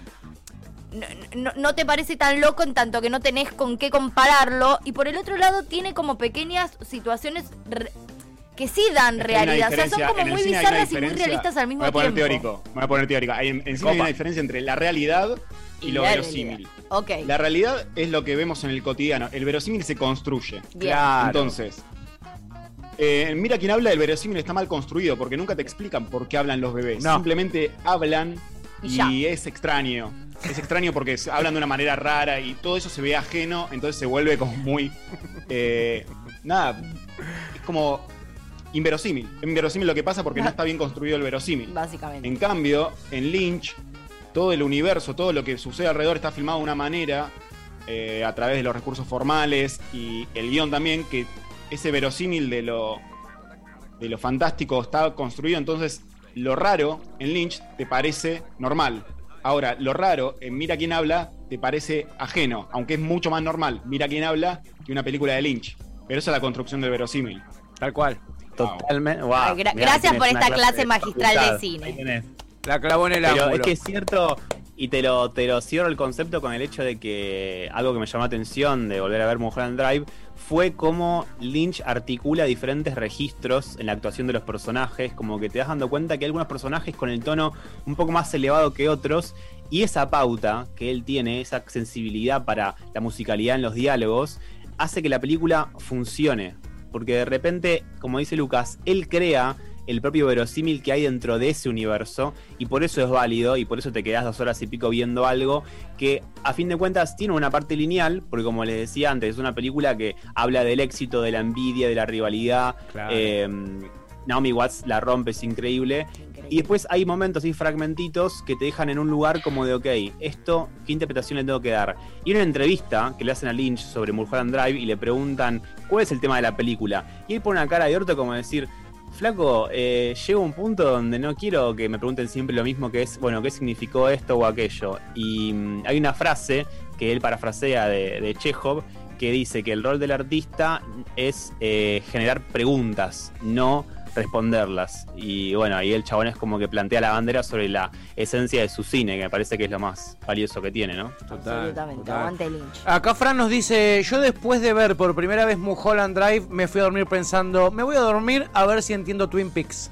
S3: no, no- no te parece tan loco en tanto que no tenés con qué compararlo. Y por el otro lado tiene como pequeñas situaciones re- que sí dan
S5: Es que hay una
S3: realidad. O sea, son
S5: diferencia.
S3: como
S5: En el
S3: muy
S5: cine hay una
S3: bizarras y muy
S5: diferencia-
S3: realistas al mismo
S5: me voy a poner
S3: tiempo.
S5: Teórico, me voy a poner teórica. Hay, en en cine hay una
S6: Copa.
S5: diferencia entre la realidad y, lo
S3: la
S5: verosímil.
S3: realidad. Ok.
S5: La realidad es lo que vemos en el cotidiano. El verosímil se construye.
S3: Bien.
S5: Entonces, eh, mira quien habla, el verosímil está mal construido porque nunca te explican por qué hablan los bebés.
S6: No.
S5: Simplemente hablan
S3: Y ya.
S5: y es extraño. Es extraño porque se- hablan de una manera rara y todo eso se ve ajeno, entonces se vuelve como muy. eh, nada, es como inverosímil. Es inverosímil lo que pasa porque no está bien construido el verosímil.
S3: Básicamente.
S5: En cambio, en Lynch, todo el universo, todo lo que sucede alrededor está filmado de una manera, eh, a través de los recursos formales y el guión también, que ese verosímil de lo, de lo fantástico está construido. Entonces, lo raro en Lynch te parece normal. Ahora, lo raro en Mira quién habla te parece ajeno, aunque es mucho más normal Mira quién habla que una película de Lynch. Pero esa es la construcción del verosímil.
S6: Tal cual.
S4: Totalmente. wow,
S3: Ay, gra-
S4: mirá,
S3: gracias
S4: tenés
S3: por
S4: una
S3: esta clase
S4: de
S3: magistral de
S4: facultad.
S3: cine.
S4: Ahí tenés.
S6: La clavó en el
S4: Pero
S6: ángulo.
S4: es que es cierto, y te lo, te lo cierro el concepto con el hecho de que algo que me llamó la atención de volver a ver Mulholland Drive fue cómo Lynch articula diferentes registros en la actuación de los personajes, como que te das dando cuenta que hay algunos personajes con el tono un poco más elevado que otros, y esa pauta que él tiene, esa sensibilidad para la musicalidad en los diálogos, hace que la película funcione. Porque de repente, como dice Lucas, él crea el propio verosímil que hay dentro de ese universo y por eso es válido y por eso te quedas dos horas y pico viendo algo que a fin de cuentas tiene una parte lineal, porque como les decía antes, es una película que habla del éxito, de la envidia, de la rivalidad.
S2: Ah,
S6: Claro.
S4: eh, Naomi Watts la rompe, es increíble. Y después hay momentos y fragmentitos que te dejan en un lugar como de, ok, esto, ¿qué interpretación le tengo que dar? Y en una entrevista que le hacen a Lynch sobre Mulholland Drive y le preguntan, ¿cuál es el tema de la película? Y él pone una cara de orto como decir, flaco, eh, llego a un punto donde no quiero que me pregunten siempre lo mismo que es, bueno, ¿qué significó esto o aquello? Y mm, hay una frase que él parafrasea de, de Chekhov que dice que el rol del artista es eh, generar preguntas, no responderlas. Y bueno, ahí el chabón es como que plantea la bandera sobre la esencia de su cine, que me parece que es lo más valioso que tiene, ¿no?
S3: Absolutamente,
S6: total.
S3: aguante Lynch.
S2: Acá Fran nos dice, yo después de ver por primera vez Mulholland Drive me fui a dormir pensando, me voy a dormir a ver si entiendo Twin Peaks.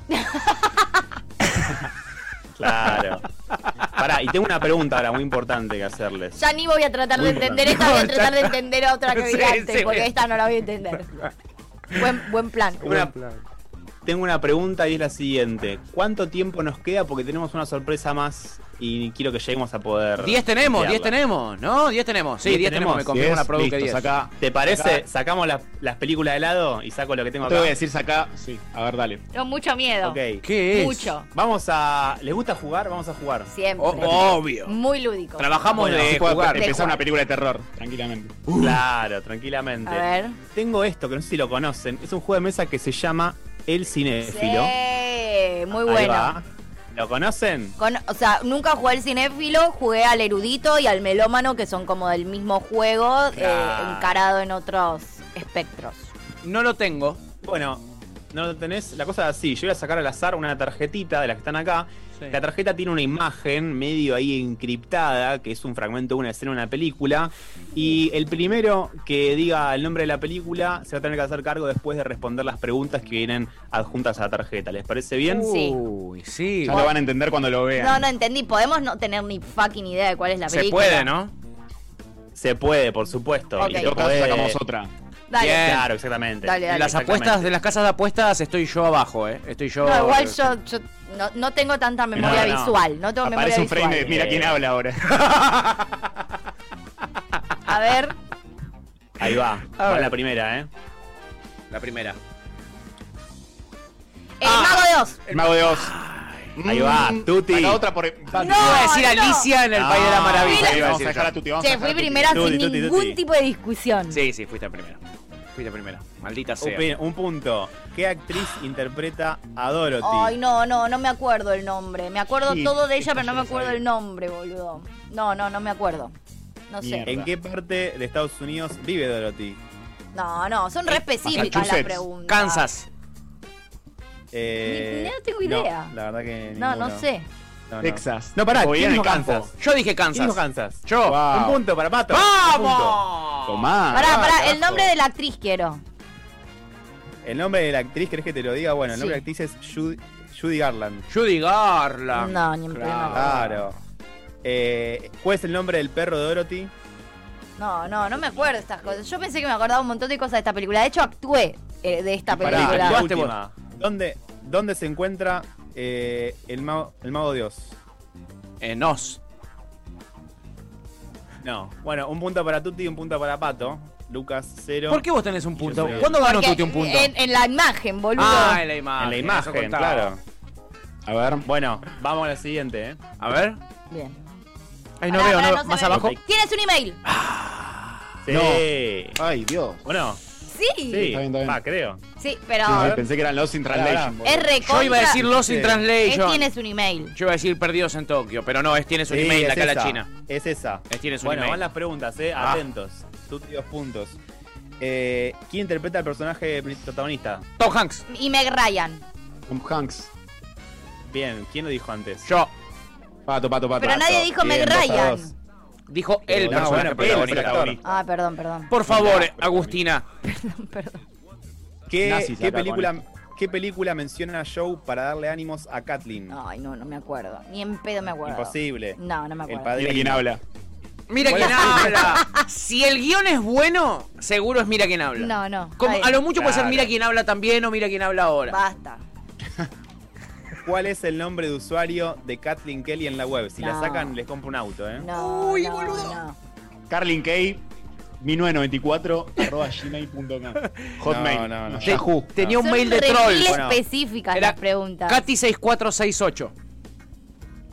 S4: Claro. Pará, y tengo una pregunta ahora muy importante que hacerles.
S3: Ya ni voy a tratar de
S4: Muy
S3: entender esta, voy a tratar de entender a otra que
S2: Sí,
S3: vi antes,
S2: sí,
S3: porque
S2: bien.
S3: esta no la voy a entender. Buen, buen plan.
S4: Una- tengo una pregunta y es la siguiente. ¿Cuánto tiempo nos queda? Porque tenemos una sorpresa más y quiero que lleguemos a poder...
S2: 10 tenemos, 10
S4: ampliarla.
S2: tenemos, ¿no? 10 tenemos, sí,
S4: ¿Diez
S2: 10 tenemos,
S4: tenemos?
S2: me confirma
S5: Diez,
S2: la produ que
S5: listo,
S2: 10.
S5: saca-
S4: ¿Te parece? Sacamos las, las películas de lado y saco lo que tengo
S5: No
S4: acá.
S5: te voy a decir saca. Sí, a ver, dale.
S3: Con mucho miedo.
S4: Ok.
S2: ¿Qué es?
S3: Mucho.
S4: Vamos a... ¿Les gusta jugar? Vamos a jugar.
S3: Siempre.
S5: Oh,
S6: O- obvio.
S3: Muy lúdico.
S6: Trabajamos
S4: Bueno,
S6: de
S5: Así puedo
S6: jugar.
S3: De
S5: empezar
S3: jugar.
S5: una película de terror, tranquilamente.
S4: Claro, tranquilamente.
S3: A ver.
S4: Tengo esto, que no sé si lo conocen. Es un juego de mesa que se llama El Cinéfilo.
S3: Sí, muy
S4: Ahí
S3: bueno.
S4: va. ¿Lo conocen?
S3: Con- o sea, nunca jugué al cinéfilo, jugué al erudito y al melómano, que son como del mismo juego,
S6: Claro.
S3: eh, encarado en otros espectros.
S2: No lo tengo.
S4: Bueno, no lo tenés. La cosa es así: yo voy a sacar al azar una tarjetita de las que están acá.
S2: Sí.
S4: La tarjeta tiene una imagen medio ahí encriptada, que es un fragmento de una escena de una película. Y el primero que diga el nombre de la película se va a tener que hacer cargo después de responder las preguntas que vienen adjuntas a la tarjeta. ¿Les parece bien?
S3: Sí.
S2: Uy, sí.
S5: Ya lo van a entender cuando lo vean.
S3: Uh, No, no entendí. Podemos no tener ni fucking idea de cuál es la
S6: Se
S3: película.
S6: puede, ¿no?
S4: Se puede, por supuesto.
S3: Ok.
S4: Y
S5: En todo caso,
S4: podés-
S5: sacamos otra.
S3: Dale.
S6: Bien.
S4: Claro, exactamente.
S3: Dale, dale.
S2: En las
S4: Exactamente.
S2: apuestas, de las casas de apuestas estoy yo abajo, ¿eh? Estoy yo...
S3: No, igual yo, yo no, no tengo tanta memoria
S4: No, no.
S3: visual. No tengo
S5: Aparece un
S3: memoria
S5: frame de
S3: visual.
S5: mira quién habla ahora.
S3: A ver,
S4: Ahí va. Va la primera, ¿eh?
S6: La primera.
S3: el mago de Oz.
S5: El mago de Oz. Mm.
S4: Ahí va, Tuti.
S5: Saca otra por.
S3: No,
S2: Iba a decir
S3: no.
S2: Alicia en el
S4: Ah,
S2: País de la Maravilla.
S5: Ahí
S2: iba a
S5: vamos a
S2: decir
S5: dejar
S2: yo.
S5: a Tuti. vamos a
S3: Che,
S5: dejar
S3: fui
S5: a Tuti.
S3: primera
S4: Tuti,
S3: sin
S4: tuti,
S3: ningún
S4: tuti.
S3: tipo de discusión.
S6: Sí, sí, fuiste primera. Fuiste primera. Maldita
S4: Un,
S6: sea.
S4: pin- un punto. ¿Qué actriz interpreta a Dorothy?
S3: Ay, no, no, no me acuerdo el nombre. Me acuerdo
S5: Sí,
S3: todo de ella,
S5: esto
S3: pero no
S5: yo
S3: me
S5: lo
S3: acuerdo
S5: sabía.
S3: el nombre, boludo. No, no, no me acuerdo. No sé.
S4: ¿En qué parte de Estados Unidos vive Dorothy?
S3: No, no, son re específicas las
S5: Massachusetts.
S3: preguntas.
S2: Kansas.
S4: Eh,
S3: Ni- no tengo idea.
S4: no, la verdad que.
S3: No, no
S4: ninguno.
S3: sé.
S4: No, no.
S5: Texas.
S4: No, pará,
S5: O
S4: ¿quién
S5: bien
S4: dijo
S5: en el campo.
S4: Kansas?
S2: Yo dije Kansas.
S4: ¿Quién dijo Kansas?
S2: Yo.
S5: Wow.
S4: Un punto para Pato.
S2: ¡Vamos!
S5: Tomá.
S3: Pará, pará,
S4: carajo.
S3: el nombre de la actriz quiero.
S4: Un punto. El nombre de la actriz, ¿querés que te lo diga? Bueno, el nombre de la actriz es Judy, Judy Garland.
S2: Judy Garland.
S3: No, ni en pleno.
S4: Claro. Eh, ¿Cuál es el nombre del perro de Dorothy?
S3: No, no, no me acuerdo estas cosas. Yo pensé que me acordaba un montón de cosas de esta película. De hecho, actué eh, de esta
S4: Pará,
S3: película.
S4: la
S2: actuaste
S4: última. ¿Dónde, ¿Dónde se encuentra eh, el, mago, el mago Dios?
S2: Eh, nos.
S4: No. Bueno, un punto para Tuti y un punto para Pato. Lucas, cero.
S2: ¿Por qué vos tenés un punto?
S4: soy-
S2: ¿Cuándo ganó
S3: Porque
S2: Tuti un punto?
S3: En, en la imagen, boludo.
S2: Ah, en la imagen.
S4: En la
S2: eso
S4: imagen,
S2: contaba.
S4: claro.
S5: A ver.
S4: Bueno, vamos a la siguiente, ¿eh?
S2: A ver.
S3: Bien.
S2: Ahí no
S3: Pará,
S2: veo,
S3: pará,
S2: no,
S3: no se
S2: más
S3: ve.
S2: abajo.
S4: Ok.
S3: ¿Tienes un email?
S4: Sí.
S5: Ay, Dios.
S4: ¿O no?
S3: Sí.
S4: Sí.
S5: está bien, está bien.
S4: Ah, creo.
S3: Sí, pero
S5: Sí, sí, pensé que eran los in translation. boludo.
S3: es recontra.
S2: Yo iba a decir Los in
S4: Sí.
S3: Es
S2: Translation.
S3: tienes un email.
S2: Yo iba a decir Perdidos en Tokio, pero no, es tienes un
S4: Sí,
S2: email
S4: es
S2: acá la
S4: esa.
S2: China.
S4: Es esa.
S6: Es- tienes un
S4: bueno,
S6: email.
S4: van las preguntas, ¿eh?
S6: Ah.
S4: Atentos. Tuti, dos puntos. Eh, ¿Quién interpreta al personaje protagonista?
S2: Tom Hanks.
S3: Y Meg Ryan.
S5: Tom Hanks.
S4: Bien, ¿quién lo dijo antes?
S2: Yo.
S5: Pato, pato, pato.
S3: Pero nadie dijo Meg
S4: Bien, dos a
S3: Ryan.
S4: dos.
S2: Dijo el
S5: Eh,
S4: No,
S2: personaje
S4: bueno,
S6: este
S4: pero él es el
S2: protagonista.
S4: protagonista.
S3: Ah, perdón, perdón.
S2: Por favor, Agustina.
S4: ¿Qué,
S5: Nazis
S4: qué
S5: acá con
S4: película, ¿Qué película menciona a Joe para darle ánimos a Kathleen?
S3: Ay, no, no me acuerdo. Ni en pedo me acuerdo.
S4: Imposible.
S3: No, no me
S4: El
S3: acuerdo.
S4: padre
S5: Mira quién habla.
S2: Mira quién habla. Si el guión es bueno, seguro es Mira quién habla.
S3: No, no.
S2: Como-
S3: Ay,
S2: a lo mucho puede ser
S4: Claro.
S2: Mira quién habla también o Mira quién habla ahora.
S3: Basta.
S4: cuál es el nombre de usuario de Kathleen Kelly en la web. Si la
S3: No.
S4: sacan, les compro un auto, ¿eh?
S3: No, no, no.
S5: Carlin K. 1994 arroba gmail.com Hotmail.
S4: No, no, no.
S5: Yahoo.
S6: Tenía un
S3: Son
S6: mail de
S3: re
S6: troll.
S3: mil
S4: Bueno,
S3: específicas
S6: era
S3: las preguntas.
S6: Katy6468.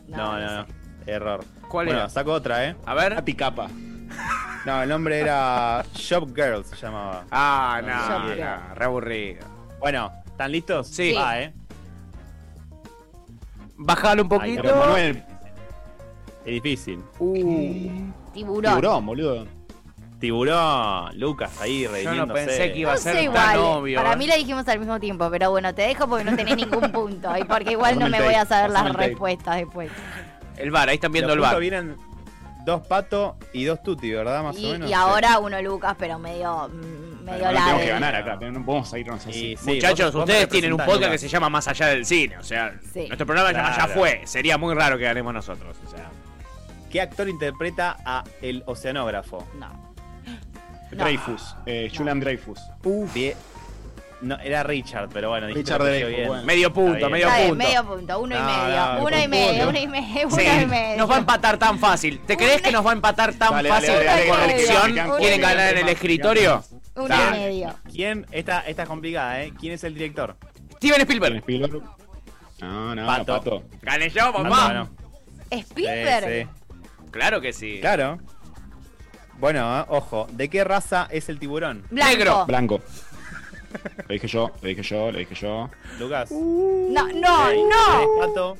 S4: No, no, no. Error.
S6: ¿Cuál
S4: bueno,
S6: era?
S4: saco otra, ¿eh?
S6: A ver.
S5: Katy Capa.
S4: No, el nombre era Shop Girl, se llamaba.
S6: Ah,
S4: Yo
S6: no,
S3: creo.
S6: no, re aburrido.
S4: Bueno, ¿están listos?
S6: Sí.
S4: Va, ¿eh?
S6: Bajalo un
S4: Ahí
S5: Pero
S6: poquito.
S5: Manuel
S4: Es difícil.
S3: Tiburón.
S5: Tiburón, boludo.
S4: Tiburón, Lucas, ahí
S6: Yo
S4: redimiéndose.
S6: no pensé que iba
S3: No
S6: a ser
S3: sé
S6: tan
S3: igual.
S6: obvio.
S3: Para
S6: ¿eh?
S3: mí la dijimos al mismo tiempo, pero bueno, te dejo porque no tenés ningún punto. Y porque igual no
S5: Pasame
S3: me
S5: el
S3: voy a
S5: tape,
S3: saber las
S5: pasame el tape.
S3: respuestas después.
S6: El bar, ahí están viendo
S4: Los
S6: el
S4: puntos
S6: bar.
S4: vienen dos patos y dos tuti, ¿verdad? Más o
S3: Y,
S4: menos.
S3: y ahora uno Lucas, pero medio, mm, medio
S5: Bueno,
S3: la
S5: tenemos
S3: de-
S5: que ganar acá, pero no podemos irnos así.
S4: Y sí,
S6: Muchachos,
S4: vos- vos
S6: ustedes
S4: representás,
S6: tienen un podcast
S4: Lucas.
S6: que se llama Más allá del cine, o sea,
S3: Sí.
S6: nuestro programa se llama Ya
S4: Claro.
S6: fue. Sería muy raro que ganemos nosotros, o sea.
S4: ¿Qué actor interpreta a el oceanógrafo?
S3: No.
S5: Dreyfus. Eh, Julian Dreyfus.
S4: Bien. No, era Richard, pero bueno, dijiste
S5: Richard
S4: que apellido
S5: Dreyfus, bueno.
S6: Medio punto,
S4: Está bien.
S6: medio
S3: Está bien,
S6: punto.
S3: medio punto, uno y
S4: No,
S3: medio,
S4: no,
S3: uno y
S4: un
S3: medio,
S4: punto.
S3: uno y medio,
S6: Sí,
S3: uno y medio.
S6: Nos va a empatar tan fácil. ¿Te crees que nos va a empatar tan
S5: Dale, dale,
S6: fácil
S5: dale, dale,
S6: por
S3: dale,
S6: corrección?
S3: dale, dale.
S6: ¿Quieren
S3: Dale,
S6: ganar en el escritorio?
S3: Uno
S6: Dale.
S3: y medio.
S4: ¿Quién? Esta, esta es complicada, ¿eh? ¿Quién es el director?
S6: Steven
S5: Steven
S6: Spielberg.
S5: Spielberg. No, no,
S4: Pato.
S5: Pato.
S6: Gané yo,
S4: Ah,
S6: papá.
S4: no.
S3: Spielberg.
S4: Sí,
S6: Claro que sí.
S4: sí. Claro. Bueno, ¿eh? ojo, ¿de qué raza es el tiburón?
S3: Blanco.
S6: Negro.
S5: Blanco. Lo dije yo, lo dije yo, lo dije yo.
S4: Lucas.
S3: No, Uh, no,
S4: Seis, tres
S3: no.
S4: pato,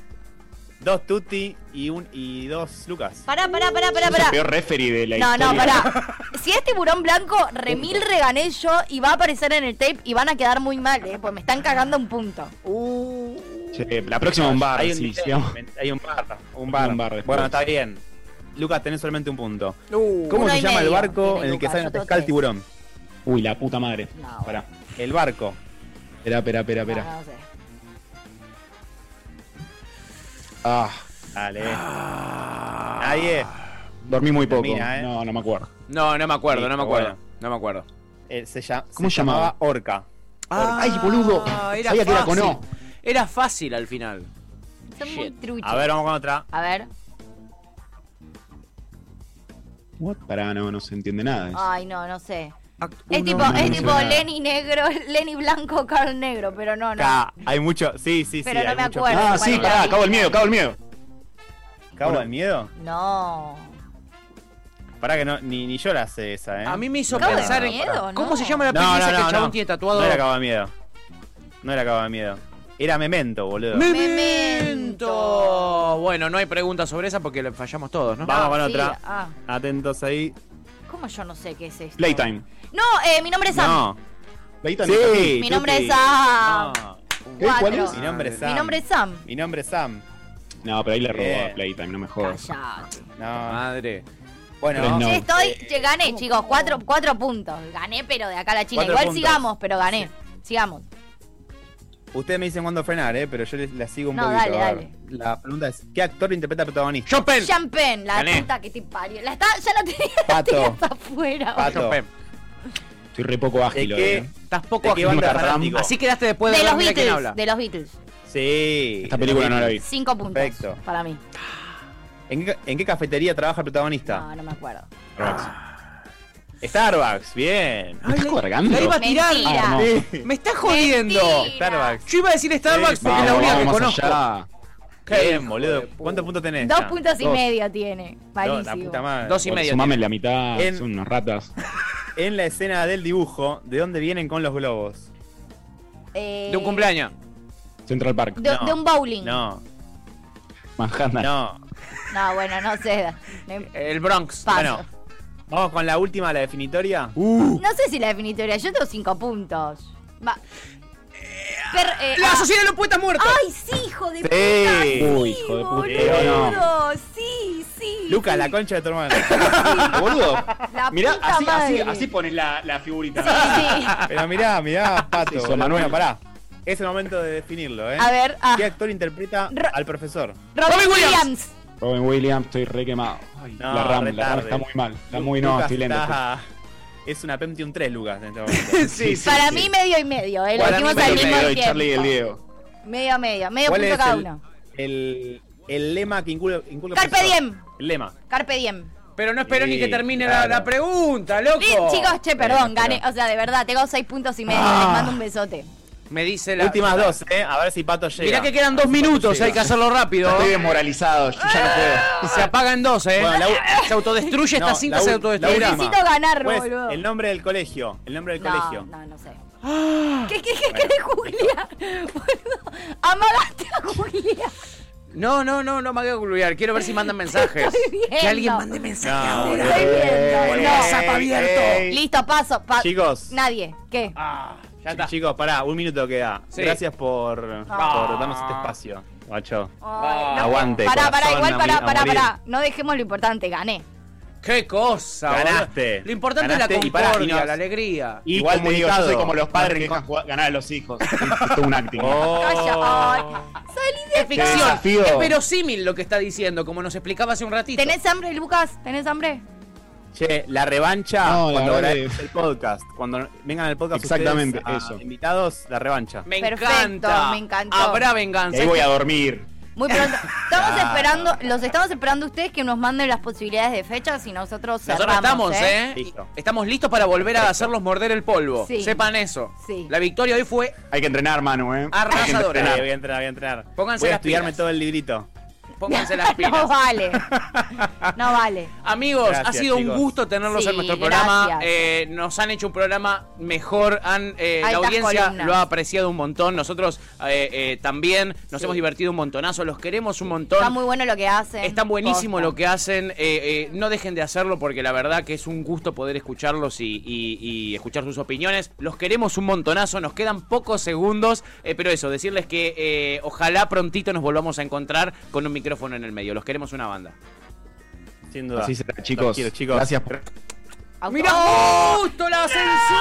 S4: dos tutti y un y dos Lucas.
S3: Pará, pará, pará, pará,
S5: Es el peor
S3: pará.
S5: referee de la
S3: No,
S5: historia.
S3: no, pará. Si es tiburón blanco, remil regané yo y va a aparecer en el tape y van a quedar muy mal, eh, pues me están cagando un punto.
S5: Che, la próxima un bar,
S4: hay un,
S5: sí,
S4: delay,
S5: sigamos.
S4: hay un bar, un bar.
S5: Un bar después.
S4: bueno, está bien. Lucas, tenés solamente un punto.
S6: Uh,
S4: ¿Cómo
S3: Uno
S4: se
S3: y
S4: llama el
S3: medio
S4: barco
S3: tiene
S4: en el que
S3: Lucas,
S4: sale a
S3: yo tengo
S4: pescar el
S3: tres.
S4: tiburón?
S5: Uy, la puta madre.
S3: No.
S5: Pará.
S4: El barco.
S5: Espera, espera, espera,
S3: No,
S5: espera.
S3: no sé.
S5: Ah,
S4: Dale. Nadie.
S5: dormí muy poco.
S4: Termina, ¿eh?
S5: No, no me acuerdo.
S6: No, no me acuerdo, no me
S4: Listo,
S6: acuerdo.
S4: bueno.
S6: No me acuerdo.
S4: Eh, se llama,
S5: ¿Cómo
S4: se
S5: llamaba?
S4: llamaba Orca.
S5: Ay, boludo.
S6: Ah,
S5: Sabía que era con O.
S6: Era fácil al final.
S3: Son muy
S6: Shit.
S3: truchos.
S4: A ver, vamos con otra.
S3: A ver.
S5: What? Pará, no, no se entiende nada.
S3: Ay, no, no sé.
S6: Act
S3: Es tipo,
S5: no
S3: es
S5: me
S3: tipo
S5: suena.
S3: Lenny negro, Lenny blanco, Carl negro, pero no, no.
S4: Acá, hay mucho. Sí, sí,
S3: Pero
S4: sí.
S3: no
S4: hay
S3: me
S4: mucho.
S3: acuerdo.
S5: Ah, sí,
S3: Bueno,
S5: pará,
S3: ahí.
S5: acabo el miedo, acabo el miedo.
S4: ¿Cabo del miedo?
S3: No.
S4: Pará que no, ni, ni yo la sé esa, ¿eh?
S6: A mí me hizo
S3: ¿Cabo de
S6: pensar en.
S3: miedo?
S6: ¿Cómo
S3: No.
S6: se llama la
S4: No,
S6: princesa
S4: no,
S6: que
S4: no,
S6: el chabón
S4: no.
S6: tiene tatuado?
S4: No era Cabo de miedo. No era Cabo de miedo. Era Memento, boludo.
S6: Memento. Bueno, no hay preguntas sobre esa porque le fallamos todos, ¿no?
S4: Vamos con
S3: Ah, sí,
S4: otra.
S3: ah.
S4: Atentos ahí.
S3: ¿Cómo yo no sé qué es esto?
S5: Playtime.
S3: No, eh, mi nombre es Sam.
S4: No.
S5: Playtime.
S4: Sí,
S3: Mi nombre
S4: Tuti.
S3: es Sam.
S4: No.
S5: ¿Eh? ¿Cuál
S3: Cuatro.
S5: es?
S4: Mi nombre es Sam.
S3: Mi nombre es Sam.
S4: Mi nombre es Sam.
S5: No, pero ahí le robó
S4: Bien.
S5: a Playtime, no me jodas.
S3: Callate.
S4: No.
S6: Madre.
S4: Bueno,
S5: Tres no.
S3: Che, estoy, che, gané, chicos, cuatro, cuatro puntos. Gané, pero de acá a la China.
S4: Cuatro
S3: Igual
S4: puntos.
S3: sigamos, pero gané. Sigamos.
S4: ustedes me dicen cuándo frenar, ¿eh? Pero yo les, la sigo un
S3: No,
S4: poquito.
S3: dale,
S4: a ver.
S3: dale.
S4: La pregunta es: ¿qué actor interpreta al protagonista?
S6: Chopin.
S3: Champagne, la
S6: Gané.
S3: puta que te parió. La está, ya la tenía, la
S4: Pato.
S3: tenía hasta afuera.
S4: Pato.
S6: Chopin.
S5: Estoy re poco
S4: ¿De
S5: ágil hoy.
S4: qué,
S5: ¿eh?
S6: Estás
S4: ¿De
S6: poco
S4: qué
S6: ágil.
S4: banda
S5: Cartam.
S4: fanático?
S6: Así quedaste después de,
S3: De
S6: ver
S3: los
S6: Mira quién
S3: Beatles,
S6: habla.
S3: de los Beatles.
S4: Sí.
S5: Esta película no la vi.
S3: Cinco puntos
S4: Perfecto.
S3: para mí.
S4: ¿En qué, en qué cafetería trabaja el protagonista?
S3: No, no me acuerdo.
S5: Starbucks.
S4: Starbucks, bien.
S5: ¿Me estás cargando?
S6: La iba a tirar.
S3: Mentira.
S5: Ah, no.
S4: Sí.
S6: Me estás jodiendo.
S3: Mentira.
S4: Starbucks.
S6: Yo iba a decir Starbucks
S4: Sí,
S6: porque es la única que conozco.
S5: allá.
S4: Bien, boludo. ¿Cuántos puntos tenés?
S3: Dos
S4: ya?
S3: puntos y
S5: dos.
S3: medio tiene.
S4: No, la
S3: Malísimo.
S4: puta madre.
S6: Dos y
S5: Bueno,
S6: medio.
S5: Sumame
S6: tiene.
S5: la mitad,
S4: En-
S5: son unos ratas.
S4: En la escena del dibujo, ¿de dónde vienen con los globos?
S3: Eh,
S6: De un cumpleaños.
S5: Central Park,
S3: De,
S4: No.
S3: de un bowling.
S4: No,
S5: Manhattan.
S4: no.
S3: No, bueno, no sé. Me-
S6: El Bronx.
S3: Paso.
S4: Bueno, vamos con la última, la definitoria.
S5: Uh.
S3: No sé si la definitoria. Yo tengo cinco puntos. Va. Per- eh,
S6: La
S3: ah.
S6: sociedad de los poetas muertos.
S3: ¡Ay, sí, hijo de puta!
S4: Sí.
S3: Sí,
S5: Uy, hijo de puta,
S3: boludo. Sí, sí.
S4: Lucas,
S3: sí.
S4: la concha de tu hermano.
S5: Boludo.
S3: La
S5: Mirá,
S3: puta
S5: así, así,
S3: madre.
S5: así pones la, la figurita.
S3: Sí, sí.
S4: Pero mirá, mirá, Pato.
S5: Eso,
S4: boludo.
S5: Manuel.
S4: Bueno, pará. Es el momento de definirlo, ¿eh?
S3: A ver, ah,
S4: ¿Qué actor interpreta
S3: Ro-
S4: al profesor?
S3: Robin
S6: Robin Williams.
S3: Williams.
S5: Robin Williams, estoy re quemado. Ay,
S4: No,
S5: la RAM,
S4: re
S5: la RAM
S4: tarde.
S5: está muy mal. Está muy no,
S4: Lucas
S5: estoy lento.
S4: está- Es una Pentium 3, Lucas, en este momento.
S5: Sí, sí,
S3: Para
S5: sí.
S3: mí medio y medio, eh, lo
S5: Para mí
S3: dijimos
S5: medio
S3: al
S5: y
S3: mismo
S5: medio, y
S3: tiempo.
S5: Charlie y el Diego.
S3: Media, media. Medio
S4: ¿Cuál
S3: punto
S4: es
S3: cada
S4: el,
S3: uno.
S4: el, el lema que incul- inculca...
S3: Carpe diem.
S4: El lema.
S3: Carpe diem.
S6: Pero no esperó
S4: Sí,
S6: ni que termine la- la,
S4: claro.
S6: pregunta, loco.
S3: Sí, chicos, che, perdón,
S4: Bueno,
S3: gané.
S4: pero-
S3: O sea, de verdad, tengo seis puntos y medio.
S5: Ah.
S3: Les mando un besote.
S6: Me dice la.
S4: Últimas dos, ¿eh? A ver si Pato llega.
S6: Mirá que quedan dos minutos, hay que hacerlo rápido. ¿eh?
S5: Estoy desmoralizado, yo ya no puedo.
S6: Se apaga en dos, ¿eh?
S4: Bueno, la u-
S6: Se autodestruye
S4: No,
S6: esta cinta,
S4: la u-
S6: se
S4: la
S6: autodestruirá.
S4: última.
S3: Necesito ganar,
S4: este Pues,
S3: boludo.
S4: el nombre del colegio. El nombre del
S3: No,
S4: colegio.
S3: no, no sé.
S6: ¡Ah!
S3: ¿Qué, qué, qué querés googlear? Boludo, amagaste a googlear.
S6: No, no, no, no me voy a googlear. Quiero ver si mandan mensajes.
S3: Estoy viendo.
S6: Que alguien mande mensaje
S4: No,
S6: ahora.
S3: Estoy viendo, no.
S6: WhatsApp abierto.
S3: Listo, paso. pa-
S4: eh, Chicos.
S3: Nadie. ¿Qué?
S6: Ah, Ya está.
S4: Chicos, pará, un minuto queda.
S6: Sí.
S4: Gracias por, por darnos este espacio, guacho.
S3: Ay, no.
S4: Aguante,
S3: Pará, pará,
S4: corazón,
S3: igual,
S4: a
S3: pará,
S4: morir- a
S3: pará,
S4: morir.
S3: pará. No dejemos lo importante, gané.
S6: ¡Qué cosa! boludo.
S4: Ganaste.
S6: Lo importante es
S4: Ganaste
S6: la
S4: y pará, y
S6: concordia,
S4: no-
S6: la alegría.
S4: Y
S5: Igual te digo, yo soy
S4: comunicado.
S5: como los padres que dejan jugar- ganar a los hijos. Es todo un acting.
S4: Oh.
S3: Calla, ay. Salí de
S6: Es ficción.
S5: desafío.
S6: Es verosímil lo que está diciendo, como nos explicaba hace un ratito.
S3: ¿Tenés hambre, Lucas? ¿Tenés hambre?
S4: Che, la revancha
S5: No, la
S4: cuando
S5: verdad
S4: grabemos
S5: que-
S4: el podcast. Cuando vengan al podcast
S5: Exactamente,
S4: ustedes, a
S5: eso.
S4: invitados, la revancha.
S6: Me
S3: Perfecto,
S6: encanta.
S3: me encantó.
S6: Habrá
S5: Y
S6: venganza.
S5: ahí voy a dormir.
S3: Muy pronto. Estamos esperando, los estamos esperando ustedes que nos manden las posibilidades de fechas y nosotros cerramos.
S6: Nosotros estamos,
S3: ¿eh?
S6: ¿eh?
S4: Listo.
S6: Estamos listos para volver a hacerlos morder el polvo.
S3: Sí.
S6: Sepan eso.
S3: Sí.
S6: La victoria hoy fue
S5: Hay que entrenar, Manu, ¿eh?
S6: arrasadora.
S4: Entrenar, voy a entrenar, voy a entrenar.
S6: Ah, Pónganse
S4: voy a
S6: las
S4: estudiarme
S6: pilas.
S4: todo el librito.
S6: Pónganse las
S3: No
S6: pilas.
S3: vale. No vale.
S6: Amigos, ha
S4: Gracias,
S6: sido un
S4: chicos.
S6: gusto tenerlos
S3: Sí,
S6: en nuestro
S3: gracias.
S6: programa. Eh, nos han hecho un programa mejor. Han, eh, la
S3: Altas
S6: audiencia
S3: columnas.
S6: lo ha apreciado un montón. Nosotros eh, eh, también nos
S3: Sí.
S6: hemos divertido un montonazo. Los queremos un montón.
S3: Está muy bueno lo que hacen.
S6: Está buenísimo
S3: Posta.
S6: lo que hacen. eh, eh, no dejen de hacerlo porque la verdad que es un gusto poder escucharlos y, y- y escuchar sus opiniones. Los queremos un montonazo. Nos quedan pocos segundos. eh, pero eso, decirles que eh, ojalá prontito nos volvamos a encontrar con un micrófono en el medio. Los queremos una banda.
S4: Sin duda.
S5: Así será,
S4: Los
S5: chicos.
S4: quiero, chicos.
S5: Gracias por.
S3: Auto-
S6: ¡Mira
S3: ¡Oh!
S6: Eh, justo la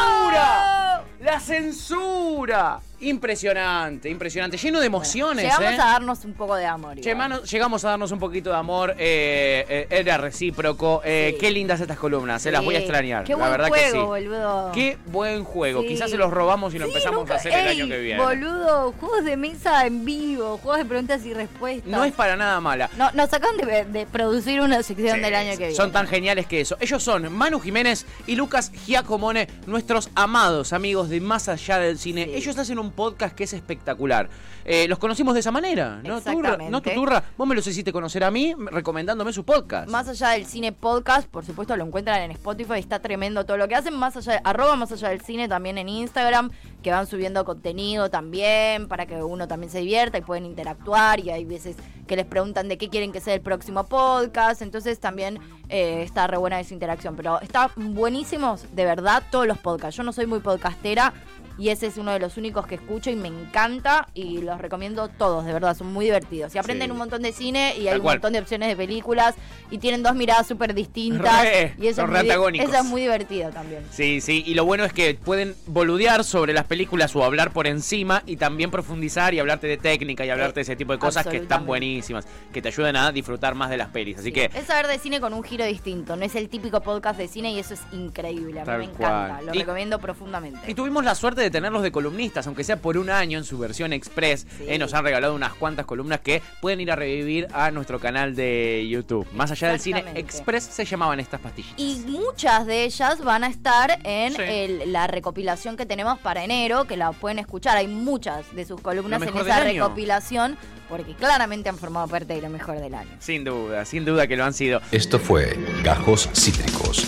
S6: censura! ¡La censura! Impresionante, impresionante. Lleno de emociones,
S3: Llegamos
S6: ¿eh?
S3: a darnos un poco de amor.
S6: Che,
S3: igual.
S6: mano, llegamos a darnos un poquito de amor. eh, eh, era recíproco. eh,
S3: Sí.
S6: Qué lindas estas columnas. Se las
S3: Sí.
S6: voy a extrañar.
S3: Qué
S6: la
S3: buen
S6: verdad
S3: juego,
S6: que sí.
S3: boludo.
S6: Qué buen juego.
S3: Sí.
S6: Quizás se los robamos y lo
S3: Sí,
S6: empezamos
S3: nunca-
S6: a hacer el
S3: Ey,
S6: año que viene.
S3: Boludo, juegos de mesa en vivo, juegos de preguntas y respuestas.
S6: No es para nada mala.
S3: No, nos acaban de, de producir una sección del año que viene.
S6: Son tan geniales que eso. Ellos son Manu Jiménez y Lucas Giacomone, nuestros amados amigos de Más Allá del Cine.
S3: Sí.
S6: Ellos hacen un podcast que es espectacular. Eh, los conocimos de esa manera, ¿no? Turra,
S3: Exactamente.
S6: no, Tuturra. Vos me los hiciste conocer a mí recomendándome su podcast.
S3: Más allá del cine podcast, por supuesto lo encuentran en Spotify, está tremendo todo lo que hacen. Más allá, arroba más allá del cine también en Instagram, que van subiendo contenido también para que uno también se divierta y pueden interactuar. Y hay veces que les preguntan de qué quieren que sea el próximo podcast. Entonces también eh, está re buena esa interacción. Pero están buenísimos, de verdad, todos los podcasts. Yo no soy muy podcastera. Y ese es uno de los únicos que escucho y me encanta y los recomiendo todos, de verdad, son muy divertidos. Y aprenden
S4: Sí.
S3: un montón de cine y hay
S6: Tal
S3: un
S6: cual.
S3: montón de opciones de películas y tienen dos miradas súper distintas.
S6: Re,
S3: y eso
S6: son
S3: es, muy,
S6: re
S3: di-
S6: antagónicos.
S3: eso es muy divertido también.
S6: Sí, sí, y lo bueno es que pueden boludear sobre las películas o hablar por encima y también profundizar y hablarte de técnica y hablarte de ese tipo de cosas que están
S3: absolutamente.
S6: buenísimas, que te ayudan a disfrutar más de las pelis. Así que
S3: Es saber de cine con un giro distinto, no es el típico podcast de cine y eso es increíble. A mí
S6: Tal
S3: me encanta,
S6: cual.
S3: lo
S6: Y-
S3: recomiendo profundamente.
S6: Y tuvimos la suerte de tenerlos de columnistas, aunque sea por un año en su versión express.
S3: Sí.
S6: Eh, nos han regalado unas cuantas columnas que pueden ir a revivir a nuestro canal de YouTube. Más allá del cine
S3: Exactamente.
S6: express se llamaban estas pastillitas.
S3: Y muchas de ellas van a estar en
S6: Sí.
S3: el- la recopilación que tenemos para enero, que la pueden escuchar. Hay muchas de sus columnas
S6: Lo
S3: en
S6: mejor
S3: esa
S6: del año.
S3: recopilación, porque claramente han formado parte de lo mejor del año.
S6: Sin duda, sin duda que lo han sido.
S1: Esto fue Gajos Cítricos.